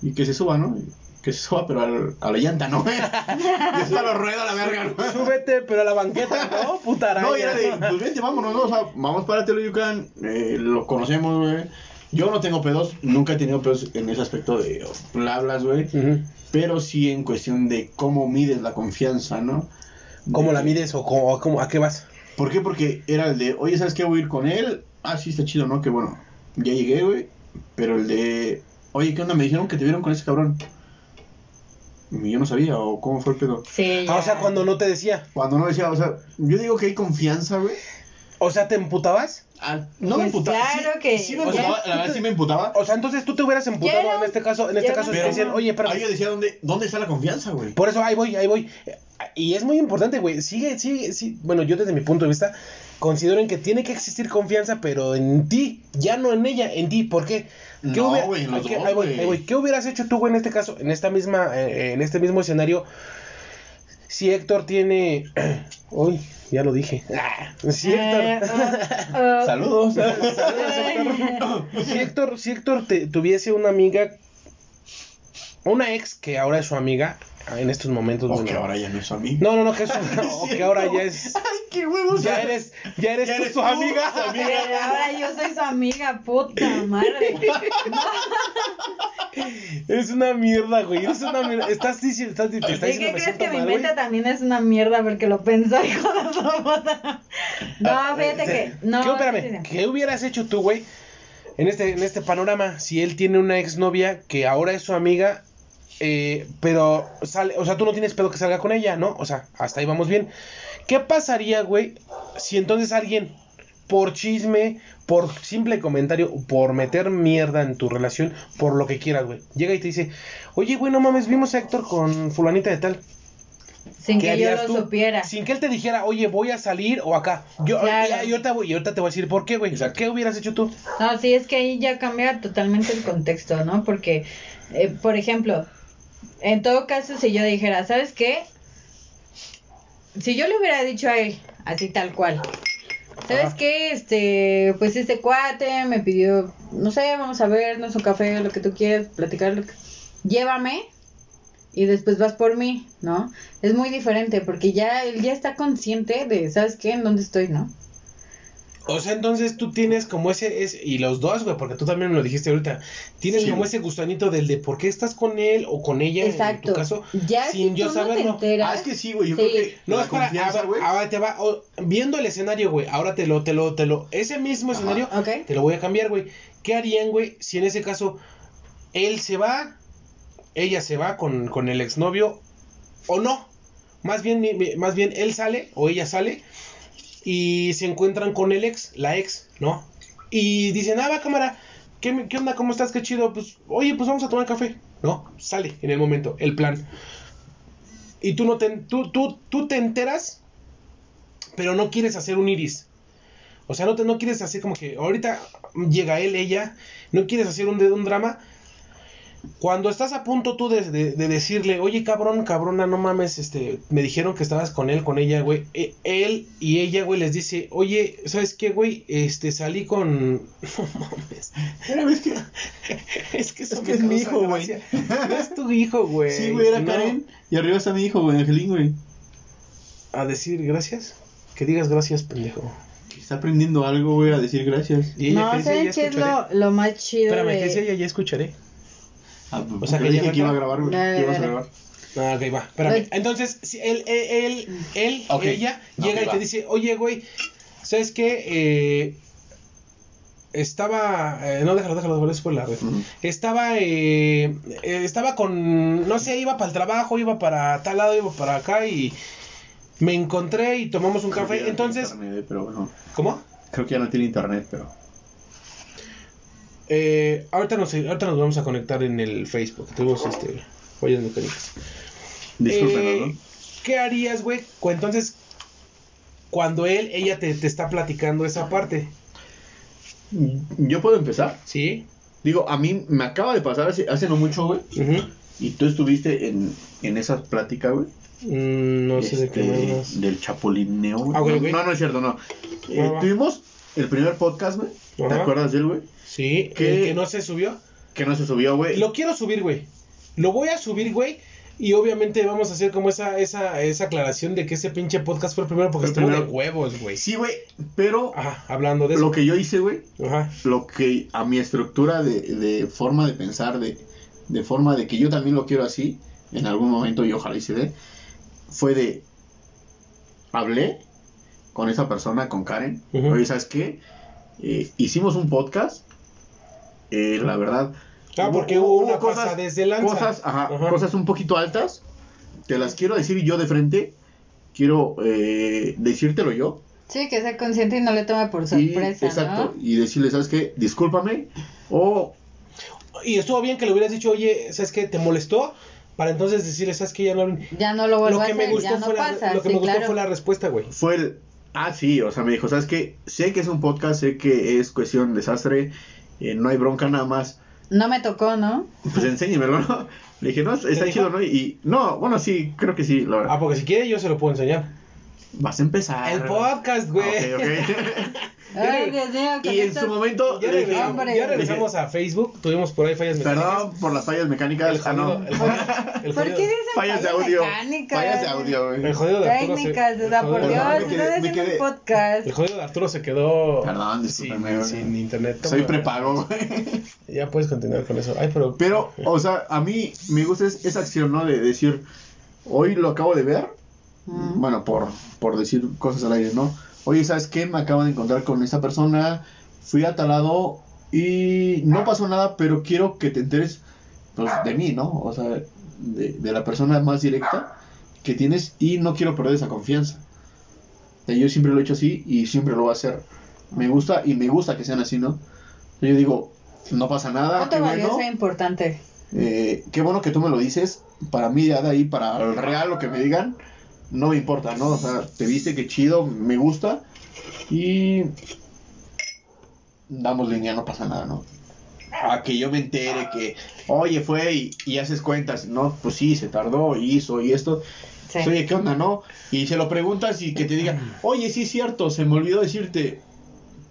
Speaker 2: Y que se suba, ¿no? Que se suba, pero al- a la llanta, ¿no? ya está lo ruedo a la verga, ¿no?
Speaker 1: Pues Súbete, pero a la banqueta, ¿no? Puta araña.
Speaker 2: No, y era de, pues vente, vámonos, ¿no? O sea, vamos para Teleyucan, eh, lo conocemos, güey. Yo no tengo pedos, nunca he tenido pedos en ese aspecto de oh, hablas, güey.
Speaker 1: Ujú.
Speaker 2: Pero sí en cuestión de cómo mides la confianza, ¿no?
Speaker 1: ¿Cómo
Speaker 2: De-
Speaker 1: la mides o cómo, cómo- a qué vas?
Speaker 2: ¿Por qué? Porque era el de, oye, ¿sabes qué? Voy a ir con él. Ah, sí, está chido, ¿no? Que bueno, ya llegué, güey. Pero el de, oye, ¿qué onda? Me dijeron que te vieron con ese cabrón. Y yo no sabía, o cómo fue el pedo.
Speaker 3: Sí.
Speaker 1: Ah, o
Speaker 3: ya.
Speaker 1: sea, cuando no te decía.
Speaker 2: Cuando no decía, o sea, yo digo que hay confianza, güey.
Speaker 1: O sea, ¿te emputabas?
Speaker 2: Ah, no me
Speaker 3: Pues
Speaker 2: emputaba.
Speaker 3: claro
Speaker 2: sí,
Speaker 3: que-
Speaker 2: Sí me
Speaker 1: o sea,
Speaker 2: emputaba, la verdad sí me emputaba.
Speaker 1: O sea, entonces tú te hubieras emputado
Speaker 3: Quiero-
Speaker 1: en este caso. En este
Speaker 3: quiero-
Speaker 1: caso, si te
Speaker 2: Pero
Speaker 1: decían, oye, pero.
Speaker 2: ahí yo decía, ¿dónde, ¿dónde está la confianza, güey?
Speaker 1: Por eso ahí voy, ahí voy. Y es muy importante, güey. Sigue, sigue, sí. Bueno, yo desde mi punto de vista considero en que tiene que existir confianza, pero en ti, ya no en ella, en ti. ¿Por qué? ¿Qué
Speaker 2: No,
Speaker 1: hubiera-
Speaker 2: güey, en los
Speaker 1: ¿qué-
Speaker 2: dos,
Speaker 1: ahí voy,
Speaker 2: güey.
Speaker 1: ahí voy. ¿Qué hubieras hecho tú, güey, en este caso, en esta misma, eh, en este mismo escenario? Si Héctor tiene, uy, ya lo dije. Ah, Si
Speaker 3: Eh,
Speaker 1: Héctor,
Speaker 3: oh, oh.
Speaker 2: Saludos.
Speaker 1: si Héctor, si Héctor te- tuviese una amiga, una ex que ahora es su amiga, en estos momentos.
Speaker 2: o
Speaker 1: bueno,
Speaker 2: que ahora ya no es a mí.
Speaker 1: no, no, no, que, eso, o que ahora
Speaker 2: cierto.
Speaker 1: ya es.
Speaker 2: Ay, qué huevos.
Speaker 1: Ya eres, ya eres,
Speaker 2: Ya
Speaker 1: tú
Speaker 2: eres
Speaker 1: su
Speaker 2: tú,
Speaker 1: amiga.
Speaker 2: su amiga.
Speaker 3: Eh, Ahora yo soy su amiga, puta madre.
Speaker 1: Eres una mierda, güey. Eres una mierda. Estás diciendo, estás, te estás
Speaker 3: ¿Y
Speaker 1: diciendo.
Speaker 3: qué
Speaker 1: me
Speaker 3: crees
Speaker 1: siento
Speaker 3: que mi
Speaker 1: mal,
Speaker 3: mente
Speaker 1: güey.
Speaker 3: también es una mierda porque lo pensó, hijo de puta? No, fíjate que. No,
Speaker 1: Ah, eh, ¿Qué, espérame, ¿qué hubieras hecho tú, güey? En este, en este panorama, si él tiene una exnovia que ahora es su amiga, eh, pero sale, o sea, tú no tienes pedo que salga con ella, ¿no? O sea, hasta ahí vamos bien. ¿Qué pasaría, güey, si entonces alguien, por chisme, por simple comentario, por meter mierda en tu relación, por lo que quieras, güey, llega y te dice, oye, güey, no mames, vimos a Héctor con fulanita de tal.
Speaker 3: Sin
Speaker 1: ¿Qué
Speaker 3: que yo
Speaker 1: harías
Speaker 3: lo
Speaker 1: tú?
Speaker 3: supiera.
Speaker 1: Sin que él te dijera, oye, voy a salir o acá. Yo,
Speaker 3: Claro.
Speaker 1: y, y ahorita voy, y ahorita te voy a decir por qué, güey. ¿Qué hubieras hecho tú?
Speaker 3: No, sí, es que ahí ya cambia totalmente el contexto, ¿no? Porque, eh, por ejemplo, en todo caso, si yo dijera, ¿sabes qué? Si yo le hubiera dicho a él, así tal cual, ¿sabes
Speaker 1: Ajá.
Speaker 3: qué? Este, pues este cuate me pidió, no sé, vamos a vernos un café, lo que tú quieras, platicar, lo que- llévame y después vas por mí, ¿no? Es muy diferente porque ya él ya está consciente de, ¿sabes qué? En dónde estoy, ¿no?
Speaker 1: O sea, entonces tú tienes como ese, ese- y los dos, güey, porque tú también me lo dijiste ahorita, tienes
Speaker 2: Sí.
Speaker 1: como ese gustanito del de por qué estás con él o con ella,
Speaker 3: Exacto.
Speaker 1: en tu caso,
Speaker 3: ya
Speaker 1: sin
Speaker 3: si
Speaker 1: yo
Speaker 3: tú
Speaker 1: saberlo.
Speaker 3: No te enteras,
Speaker 2: Ah, es que sí, güey. Yo
Speaker 3: Sí.
Speaker 2: creo que
Speaker 1: No,
Speaker 2: la
Speaker 1: es para,
Speaker 2: confianza, güey.
Speaker 1: ahora, ahora te va, oh, viendo el escenario, güey, ahora te lo, te lo, te lo, ese mismo
Speaker 2: Ajá.
Speaker 1: escenario,
Speaker 3: Ok.
Speaker 1: ¿eh? te lo voy a cambiar, güey. ¿Qué harían, güey, si en ese caso él se va, ella se va con, con el exnovio o no? Más bien, mi- mi- más bien él sale o ella sale y se encuentran con el ex, la ex, ¿no? Y dicen, ah, va cámara, ¿qué, me- qué onda? ¿Cómo estás? Qué chido. Pues, oye, pues vamos a tomar café. No, sale en el momento, el plan. Y tú no te, tú, tú, tú te enteras, pero no quieres hacer un iris. O sea, no, te, no quieres hacer como que ahorita llega él, ella, no quieres hacer un, un drama. Cuando estás a punto tú de, de- de decirle, oye cabrón, cabrona, no mames, este, me dijeron que estabas con él, con ella, güey. e- él y ella, güey, les dice, oye, ¿sabes qué, güey? Este, salí con. No mames.
Speaker 2: Era, ¿ves que-
Speaker 1: Es que, eso
Speaker 2: Es
Speaker 1: me
Speaker 2: que es mi
Speaker 1: causa
Speaker 2: hijo, güey.
Speaker 1: gracia. No es tu hijo, güey.
Speaker 2: Sí, güey, era
Speaker 1: No.
Speaker 2: Karen. Y arriba está mi hijo, güey, Angelín, güey.
Speaker 1: A decir gracias. Que digas gracias, pendejo.
Speaker 2: Que Está aprendiendo algo, güey, a decir gracias.
Speaker 1: Y ella
Speaker 3: no,
Speaker 1: que dice, ya
Speaker 3: ¿sabes qué es
Speaker 1: escucharé.
Speaker 3: lo, lo más chido?
Speaker 1: Espérame,
Speaker 3: de-
Speaker 1: que dice ella, ya escucharé.
Speaker 2: Ah,
Speaker 1: O
Speaker 2: o
Speaker 1: sea,
Speaker 2: sea,
Speaker 1: que
Speaker 2: que dije
Speaker 1: ya
Speaker 2: que iba a
Speaker 1: cantó.
Speaker 2: grabar, güey.
Speaker 3: Dale,
Speaker 2: que ibas a
Speaker 3: dale.
Speaker 2: grabar.
Speaker 1: Ah, ok, va, espérame.
Speaker 3: Pues-
Speaker 1: Entonces, si él, él, él, él,
Speaker 2: Ok.
Speaker 1: ella
Speaker 2: Ok,
Speaker 1: llega y
Speaker 2: va.
Speaker 1: te dice, oye, güey, ¿sabes qué? Eh, estaba, eh, no, déjalo, déjalo, déjalo, es por la red.
Speaker 2: Ujú.
Speaker 1: Estaba, eh, eh, estaba con, no sé, iba para el trabajo, iba para tal lado, iba para acá y me encontré y tomamos un
Speaker 2: Creo que ya
Speaker 1: café.
Speaker 2: no
Speaker 1: Entonces,
Speaker 2: tiene internet, pero bueno.
Speaker 1: ¿cómo?
Speaker 2: Creo que ya no tiene internet, pero.
Speaker 1: Eh, ahorita, nos, ahorita nos vamos a conectar en el Facebook. Tenemos este, joyas mecánicas.
Speaker 2: Discúlpenos,
Speaker 1: Eh, ¿Qué harías, güey? cu- Entonces, cuando él, ella te, te está platicando esa parte.
Speaker 2: Yo puedo empezar.
Speaker 1: Sí.
Speaker 2: Digo, a mí me acaba de pasar hace, hace no mucho, güey.
Speaker 1: Ujú.
Speaker 2: Y tú estuviste en, en esa plática, güey.
Speaker 1: Mm, no sé de qué
Speaker 2: este,
Speaker 1: hablas.
Speaker 2: Del chapulineo, güey.
Speaker 1: Ah, güey,
Speaker 2: No,
Speaker 1: güey.
Speaker 2: No, no es cierto, no. Eh,
Speaker 1: Ah, va.
Speaker 2: tuvimos el primer podcast, güey. ¿Te
Speaker 1: Ajá.
Speaker 2: acuerdas de él, güey?
Speaker 1: Sí, el
Speaker 2: ¿Qué? Eh.
Speaker 1: que no se subió.
Speaker 2: Que no se subió, güey.
Speaker 1: Lo quiero subir, güey. Lo voy a subir, güey. Y obviamente vamos a hacer como esa, esa, esa aclaración de que ese pinche podcast fue el primero porque
Speaker 2: El
Speaker 1: estuvo de
Speaker 2: primero.
Speaker 1: huevos, güey.
Speaker 2: Sí, güey, pero
Speaker 1: Ajá, hablando de eso.
Speaker 2: lo que yo hice, güey,
Speaker 1: Ajá.
Speaker 2: lo que a mi estructura de, de forma de pensar, de, de forma de que yo también lo quiero así, en algún momento y ojalá y se dé, fue de, hablé con esa persona, con Karen,
Speaker 1: Ujú.
Speaker 2: oye, ¿sabes qué? Eh, hicimos un podcast, eh, la verdad.
Speaker 1: Ah, porque hubo una pasadez de lanza.
Speaker 2: Cosas, ajá,
Speaker 1: Ajá.
Speaker 2: cosas un poquito altas, te las quiero decir yo de frente, quiero eh, decírtelo yo.
Speaker 3: Sí, que sea consciente y no le tome por
Speaker 2: Y-
Speaker 3: sorpresa,
Speaker 2: exacto. Y decirle, ¿sabes qué? Discúlpame. O,
Speaker 1: Y estuvo bien que le hubieras dicho, oye, ¿sabes qué? ¿Te molestó? Para entonces decirle, ¿sabes qué? Ya no...
Speaker 3: ¿no? Ya no lo vuelvo
Speaker 1: Lo
Speaker 3: a
Speaker 1: que me
Speaker 3: hacer,
Speaker 1: gustó,
Speaker 3: ya no
Speaker 1: fue,
Speaker 3: pasa.
Speaker 1: la, lo que
Speaker 3: sí,
Speaker 1: me gustó
Speaker 3: claro.
Speaker 1: fue la respuesta, güey.
Speaker 2: fue el. Ah, sí, o sea, me dijo, ¿sabes qué? Sé que es un podcast, sé que es cuestión desastre, eh, no hay bronca nada más.
Speaker 3: No me tocó, ¿no?
Speaker 2: Pues enséñemelo, ¿no? Le dije, no, está
Speaker 1: dijo?
Speaker 2: chido, ¿no? Y, y- no, bueno, sí, creo que sí, la verdad.
Speaker 1: Ah, porque si quiere yo se lo puedo enseñar.
Speaker 2: Vas a empezar.
Speaker 1: El podcast, güey.
Speaker 2: Ah, ok, ok.
Speaker 3: Ay, Dios mío, con
Speaker 2: y en
Speaker 3: estas-
Speaker 2: su momento.
Speaker 1: Ya,
Speaker 2: le
Speaker 1: regresamos-
Speaker 2: dije,
Speaker 3: hombre.
Speaker 1: ya regresamos a Facebook. Tuvimos por ahí fallas mecánicas.
Speaker 2: Perdón por las fallas mecánicas.
Speaker 1: El
Speaker 2: ah,
Speaker 1: jodido,
Speaker 2: no.
Speaker 1: el jodido- el
Speaker 3: ¿Por
Speaker 1: jodido-
Speaker 3: qué dicen
Speaker 2: Fallas de audio.
Speaker 3: mecánicas?
Speaker 2: Fallas de audio, güey.
Speaker 1: el jodido de Arturo se-
Speaker 3: Técnicas, o sea,
Speaker 1: el
Speaker 3: por
Speaker 1: jodido-
Speaker 2: Perdón, me
Speaker 3: Dios,
Speaker 2: quedé-
Speaker 3: estás
Speaker 2: me
Speaker 3: haciendo
Speaker 2: quedé-
Speaker 3: un podcast.
Speaker 1: El jodido de Arturo se quedó
Speaker 2: Perdón,
Speaker 1: sin,
Speaker 2: discúlpame, güey.
Speaker 1: sin internet.
Speaker 2: Soy
Speaker 1: Toma,
Speaker 2: prepago, güey.
Speaker 1: Ya puedes continuar con eso. Ay, pero,
Speaker 2: Pero, o sea, a mí me gusta es- esa acción, ¿no? De decir, hoy lo acabo de ver,
Speaker 3: Mm.
Speaker 2: bueno, por, por decir cosas al aire, ¿no? Oye, ¿sabes qué? Me acabo de encontrar con esa persona, fui atalado y no pasó nada, pero quiero que te enteres pues, de mí, ¿no? O sea, de, de la persona más directa que tienes y no quiero perder esa confianza. O sea, yo siempre lo he hecho así y siempre lo voy a hacer. Me gusta y me gusta que sean así, ¿no? Yo digo, no pasa nada, qué
Speaker 3: Punto valioso
Speaker 2: bueno.
Speaker 3: e importante.
Speaker 2: Eh, qué bueno que tú me lo dices. Para mí, ya de ahí, para el real, lo que me digan, no me importa, ¿no? O sea, te viste, qué chido, me gusta. Y. Damos línea, no pasa nada, ¿no? A que yo me entere que, oye, fue y, y haces cuentas, ¿no? Pues sí, se tardó, hizo y esto.
Speaker 3: Sí.
Speaker 2: Oye, ¿qué onda, no? Y se lo preguntas y que te diga, oye, sí, es cierto, se me olvidó decirte.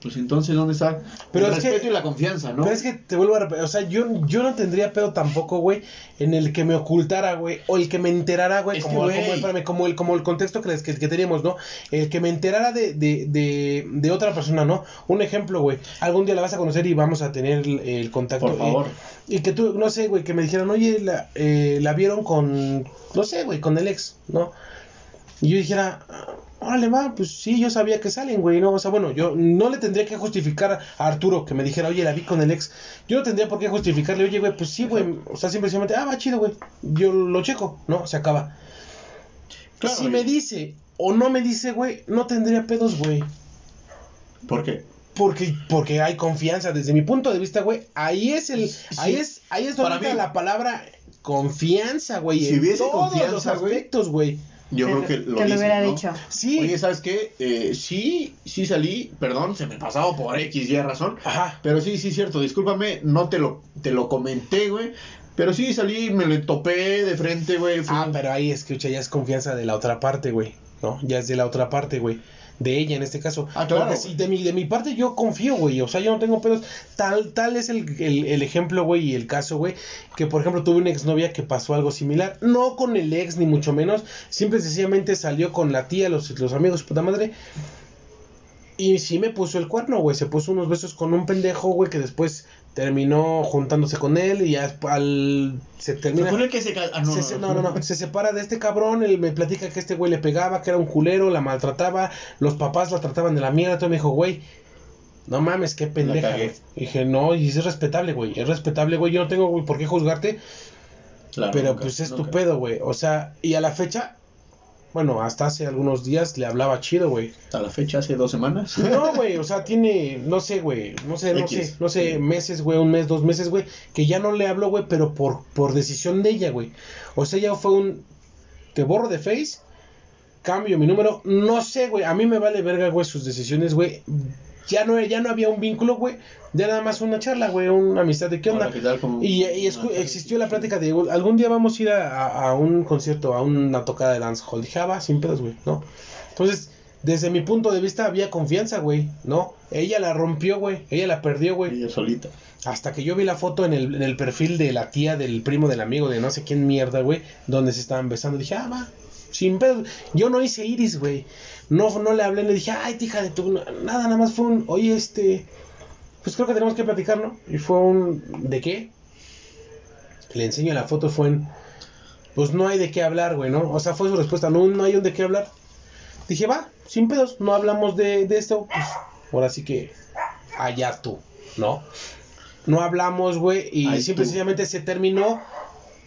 Speaker 2: Pues entonces, ¿dónde está?
Speaker 1: Pero
Speaker 2: Pero el
Speaker 1: es que-
Speaker 2: respeto y la confianza, ¿no?
Speaker 1: pero es que te vuelvo a repetir. O sea, yo, yo no tendría pedo tampoco, güey, en el que me ocultara, güey, o el que me enterara, güey,
Speaker 2: Es
Speaker 1: como,
Speaker 2: que,
Speaker 1: como,
Speaker 2: güey.
Speaker 1: espérame, como el, como el contexto que, les- que, que teníamos, ¿no? El que me enterara de, de, de, de otra persona, ¿no? Un ejemplo, güey. Algún día la vas a conocer y vamos a tener el, el contacto.
Speaker 2: Por favor.
Speaker 1: Y, y que tú, no sé, güey, que me dijeran, oye, la, eh, la vieron con, no sé, güey, con el ex, ¿no? Y yo dijera, "Ah, órale, va, pues sí, yo sabía que salen, güey, ¿no? O sea, bueno, yo no le tendría que justificar a Arturo que me dijera, oye, la vi con el ex. Yo no tendría por qué justificarle, oye, güey, pues sí, güey, o sea, simplemente, ah, va chido, güey, yo lo checo, ¿no? Se acaba.
Speaker 2: Claro,
Speaker 1: si
Speaker 2: güey.
Speaker 1: me dice o no me dice, güey, no tendría pedos, güey.
Speaker 2: ¿Por qué?
Speaker 1: Porque, porque hay confianza, desde mi punto de vista, güey, ahí es el, ahí es, ahí es donde
Speaker 2: Para mí-
Speaker 1: entra la palabra confianza, güey,
Speaker 2: Si
Speaker 1: en
Speaker 2: hubiese
Speaker 1: todos los
Speaker 2: confianza, güey.
Speaker 1: aspectos, güey.
Speaker 2: Yo
Speaker 3: Te
Speaker 2: creo
Speaker 3: lo-
Speaker 2: que lo
Speaker 3: te lo
Speaker 2: dicen,
Speaker 3: hubiera
Speaker 2: ¿no?
Speaker 3: dicho.
Speaker 1: Sí.
Speaker 2: Oye, ¿sabes qué? Eh, sí, sí salí, perdón, se me pasaba por X y razón.
Speaker 1: Ajá.
Speaker 2: Pero sí, sí es cierto, discúlpame, no te lo, te lo comenté, güey. Pero sí salí, me lo topé de frente, güey. fue-
Speaker 1: Ah, pero ahí es que ya es confianza de la otra parte, güey. ¿No? Ya es de la otra parte, güey. De ella en este caso.
Speaker 2: Ah, claro,
Speaker 1: Porque
Speaker 2: güey.
Speaker 1: si de mi, de mi parte yo confío, güey. O sea, yo no tengo pedos. Tal, tal es el, el- el ejemplo, güey, y el caso, güey. Que por ejemplo tuve una exnovia que pasó algo similar. No con el ex, ni mucho menos. Simple y sencillamente salió con la tía, los, los amigos, puta madre. Y sí me puso el cuerno, güey. Se puso unos besos con un pendejo, güey, que después terminó juntándose con él y ya al se
Speaker 2: ¿Se
Speaker 1: termina
Speaker 2: acuerdan que se... ca- Ah, no,
Speaker 1: se- se- no, no, no. Se separa de este cabrón. Él me platica que este güey le pegaba, que era un culero, la maltrataba. Los papás la trataban de la mierda. Todo me dijo, güey, no mames, qué pendeja.
Speaker 2: cagué.
Speaker 1: güey. Dije, no, y es respetable, güey. Es respetable, güey. Yo no tengo güey, por qué juzgarte.
Speaker 2: Claro,
Speaker 1: Pero
Speaker 2: Ah, nunca,
Speaker 1: pues es tu
Speaker 2: nunca.
Speaker 1: pedo, güey. O sea, y a la fecha, bueno, hasta hace algunos días le hablaba chido, güey.
Speaker 2: Hasta la fecha, hace dos semanas.
Speaker 1: No, güey, o sea, tiene, no sé, güey, no sé, no
Speaker 2: X.
Speaker 1: sé, no sé, meses, güey, un mes, dos meses, güey, que ya no le hablo, güey, pero por, por decisión de ella, güey. O sea, ya fue un, te borro de Face, cambio mi número, no sé, güey, a mí me vale verga, güey, sus decisiones, güey. Ya no, ya no había un vínculo, güey. Ya nada más una charla, güey, una amistad de qué onda.
Speaker 2: Hola, ¿qué tal? ¿Cómo-
Speaker 1: Y, y escu- existió la plática de algún día vamos a ir a, a- a un concierto, a una tocada de dancehall. Dije, ah, va, sin pedos, güey, ¿no? Entonces, desde mi punto de vista había confianza, güey, ¿no? Ella la rompió, güey, ella la perdió, güey.
Speaker 2: Ella solita.
Speaker 1: Hasta que yo vi la foto en el, en el perfil de la tía, del primo, del amigo, de no sé quién mierda, güey, donde se estaban besando. Dije, ah, va, sin pedos. Yo no hice iris, güey. No, no le hablé, le dije, ay, hija de tu... Nada, nada más fue un, oye, este... Pues creo que tenemos que platicar, ¿no? Y fue un, ¿de qué? le enseño la foto fue en, pues no hay de qué hablar, güey, ¿no? O sea, fue su respuesta, no, no hay un de qué hablar. Dije, va, sin pedos, no hablamos de, de esto, pues ahora sí que allá tú, ¿no? No hablamos, güey, y
Speaker 2: Ay,
Speaker 1: simple y
Speaker 2: tú.
Speaker 1: sencillamente se terminó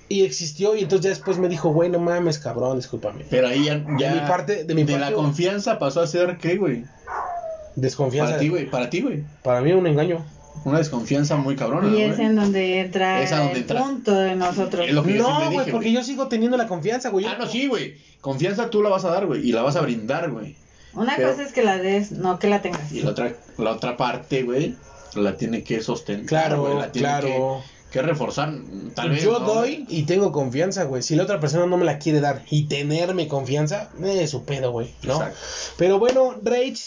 Speaker 1: y existió, y entonces ya después me dijo, güey, no mames, cabrón, discúlpame.
Speaker 2: Pero ahí ya. ya
Speaker 1: mi parte- de mi parte,
Speaker 2: la
Speaker 1: güey.
Speaker 2: confianza pasó a ser qué, güey.
Speaker 1: Desconfianza.
Speaker 2: Para ti, güey. Para ti, güey.
Speaker 1: Para mí un engaño.
Speaker 2: Una desconfianza muy cabrona.
Speaker 3: Y
Speaker 2: güey.
Speaker 3: es en donde entra
Speaker 2: Es a donde
Speaker 3: el
Speaker 2: entra.
Speaker 3: punto de nosotros.
Speaker 2: Es lo que yo siempre
Speaker 1: No,
Speaker 2: dije,
Speaker 1: güey, porque yo sigo teniendo la confianza, güey.
Speaker 2: Ah, no, sí, güey. Confianza tú la vas a dar, güey. Y la vas a brindar, güey.
Speaker 3: Una
Speaker 2: Pero-
Speaker 3: cosa es que la des, no que la tengas.
Speaker 2: Y la otra, la otra parte, güey, la tiene que sostener.
Speaker 1: Claro,
Speaker 2: güey, la tiene
Speaker 1: claro.
Speaker 2: Que, que reforzar. Tal vez.
Speaker 1: yo
Speaker 2: ¿no?
Speaker 1: doy y tengo confianza, güey. Si la otra persona no me la quiere dar y tenerme confianza, es su pedo, güey, ¿no?
Speaker 2: Exacto.
Speaker 1: Pero bueno, Rage,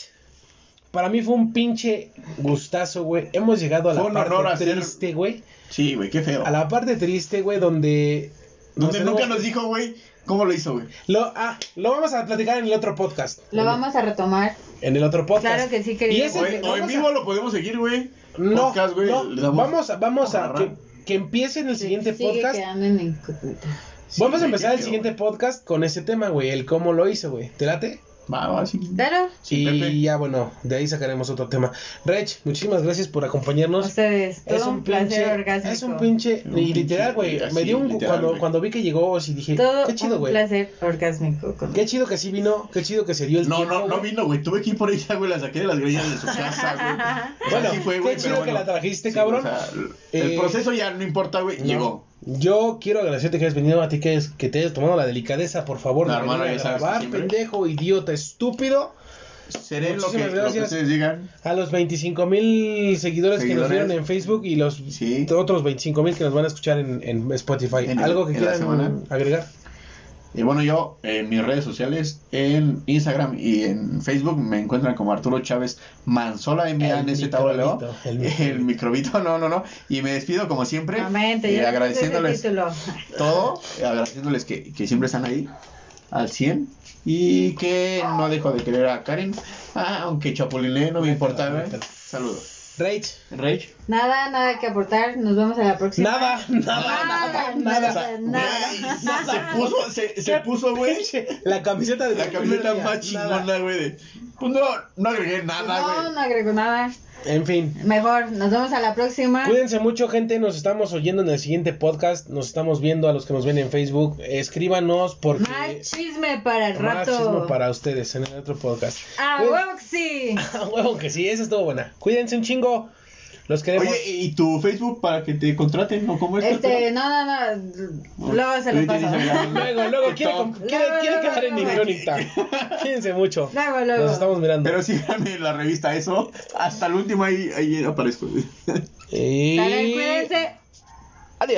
Speaker 1: para mí fue un pinche gustazo, güey. Hemos llegado a la
Speaker 2: Fue un
Speaker 1: parte
Speaker 2: honor hacer-
Speaker 1: triste, güey.
Speaker 2: Sí, güey, qué feo.
Speaker 1: A la parte triste, güey, donde...
Speaker 2: Donde nunca
Speaker 1: tenemos-
Speaker 2: nos dijo, güey, cómo lo hizo, güey.
Speaker 1: Lo, ah, lo vamos a platicar en el otro podcast.
Speaker 3: Lo vamos a retomar.
Speaker 1: En el otro podcast.
Speaker 3: Claro que sí, querido.
Speaker 1: Y ese-
Speaker 2: Hoy, hoy
Speaker 1: vamos a-
Speaker 2: mismo lo podemos seguir, güey.
Speaker 1: No,
Speaker 2: Podcast, güey,
Speaker 1: no,
Speaker 2: le damos-
Speaker 1: vamos, a- vamos a...
Speaker 2: Agarrar.
Speaker 1: Que, que empiece en el siguiente
Speaker 3: Sigue
Speaker 1: podcast.
Speaker 3: quedando en incógnita.
Speaker 2: Sí,
Speaker 1: vamos
Speaker 2: güey,
Speaker 1: a empezar
Speaker 2: qué
Speaker 1: el
Speaker 2: feo,
Speaker 1: siguiente podcast con ese tema, güey. El cómo lo hizo, güey. ¿Te late?
Speaker 2: Va, va, sí.
Speaker 3: Claro,
Speaker 2: Sí,
Speaker 1: y
Speaker 2: Pepe.
Speaker 1: ya bueno, de ahí sacaremos otro tema. Rech, muchísimas gracias por acompañarnos.
Speaker 3: ustedes. Todo
Speaker 1: es un, pinche,
Speaker 3: placer orgásmico.
Speaker 1: es un pinche,
Speaker 2: Un
Speaker 1: y
Speaker 2: pinche-
Speaker 1: literal, güey,
Speaker 2: así,
Speaker 1: me dio un,
Speaker 2: literal,
Speaker 1: cuando,
Speaker 2: güey.
Speaker 1: cuando vi que llegó, sí dije,
Speaker 3: Todo
Speaker 1: qué chido,
Speaker 3: un
Speaker 1: güey,
Speaker 3: placer orgásmico. con-
Speaker 1: qué chido que sí vino, qué chido que se dio el
Speaker 2: No,
Speaker 1: tiempo,
Speaker 2: no, no
Speaker 1: güey.
Speaker 2: vino, güey. Tuve que ir por ella, güey. La saqué de las grillas de su casa, güey. O sea,
Speaker 1: Bueno,
Speaker 2: sí fue,
Speaker 1: qué
Speaker 2: güey,
Speaker 1: chido
Speaker 2: pero
Speaker 1: que la trajiste, cabrón.
Speaker 2: o sea, el
Speaker 1: Eh,
Speaker 2: proceso ya no importa, güey.
Speaker 1: No.
Speaker 2: Llegó.
Speaker 1: Yo quiero agradecerte que hayas venido a ti, que, es- que te hayas tomado la delicadeza, por favor,
Speaker 2: No,
Speaker 1: de
Speaker 2: hermano,
Speaker 1: venir a
Speaker 2: ya sabes que
Speaker 1: grabar,
Speaker 2: siempre-
Speaker 1: pendejo, idiota, estúpido,
Speaker 2: Seré lo que,
Speaker 1: Muchísimas
Speaker 2: lo que
Speaker 1: gracias.
Speaker 2: ustedes digan.
Speaker 1: a los 25 mil seguidores, que nos
Speaker 2: Seguidores.
Speaker 1: vieron en Facebook y los
Speaker 2: Sí.
Speaker 1: otros 25 mil que nos van a escuchar en, en Spotify.
Speaker 2: En el-
Speaker 1: ¿Algo que
Speaker 2: en la
Speaker 1: quieran
Speaker 2: semana.
Speaker 1: agregar?
Speaker 2: Y bueno, yo en mis redes sociales, en Instagram y en Facebook me encuentran como Arturo Chávez Manzola, m a n z o l o
Speaker 1: microbito, el microbito.
Speaker 2: el, microbito, no, no, no. Y me despido como siempre,
Speaker 3: Momento,
Speaker 2: eh,
Speaker 3: ya no sé ese
Speaker 2: agradeciéndoles
Speaker 3: título.
Speaker 2: todo, eh, agradeciéndoles que, que siempre están ahí al 100 y que no dejo de querer a Karen, ah, aunque chapuliné, no me importa. güey.
Speaker 1: mételo.
Speaker 2: Saludos.
Speaker 1: Rage.
Speaker 2: Rage.
Speaker 3: Nada, nada que aportar. Nos vemos a la próxima.
Speaker 1: Nada, nada, nada,
Speaker 3: Nada,
Speaker 1: nada.
Speaker 3: O sea, nada.
Speaker 2: Se puso, se, se puso, güey.
Speaker 1: La camiseta de
Speaker 2: La camiseta más chingona, güey. de- Pues no, no agregué nada, güey.
Speaker 3: No, no agrego nada.
Speaker 1: En fin.
Speaker 3: Mejor, nos vemos a la próxima.
Speaker 1: Cuídense mucho, gente. Nos estamos oyendo en el siguiente podcast. Nos estamos viendo a los que nos ven en Facebook. Escríbanos porque
Speaker 3: Más chisme para el
Speaker 1: más
Speaker 3: rato.
Speaker 1: chismo para ustedes en el otro podcast.
Speaker 3: ¡A
Speaker 1: Cuí-
Speaker 3: huevo que sí!
Speaker 1: A huevo que sí, esa estuvo buena. Cuídense un chingo. Los queremos.
Speaker 2: Oye, ¿y tu Facebook para que te contraten o cómo es?
Speaker 3: Este, no, no, no. Luego se lo
Speaker 2: Twitter,
Speaker 3: paso.
Speaker 2: Instagram.
Speaker 1: luego, luego, quiere,
Speaker 2: TikTok.
Speaker 1: com- quiere-
Speaker 3: Luego,
Speaker 1: quiere
Speaker 3: luego,
Speaker 1: quedar en
Speaker 3: luego.
Speaker 1: incógnita. Cuídense mucho.
Speaker 3: Luego, luego.
Speaker 1: Nos estamos mirando.
Speaker 2: Pero síganme en la revista eso. Hasta el último ahí, ahí aparezco.
Speaker 1: Y-
Speaker 3: Dale, cuídense.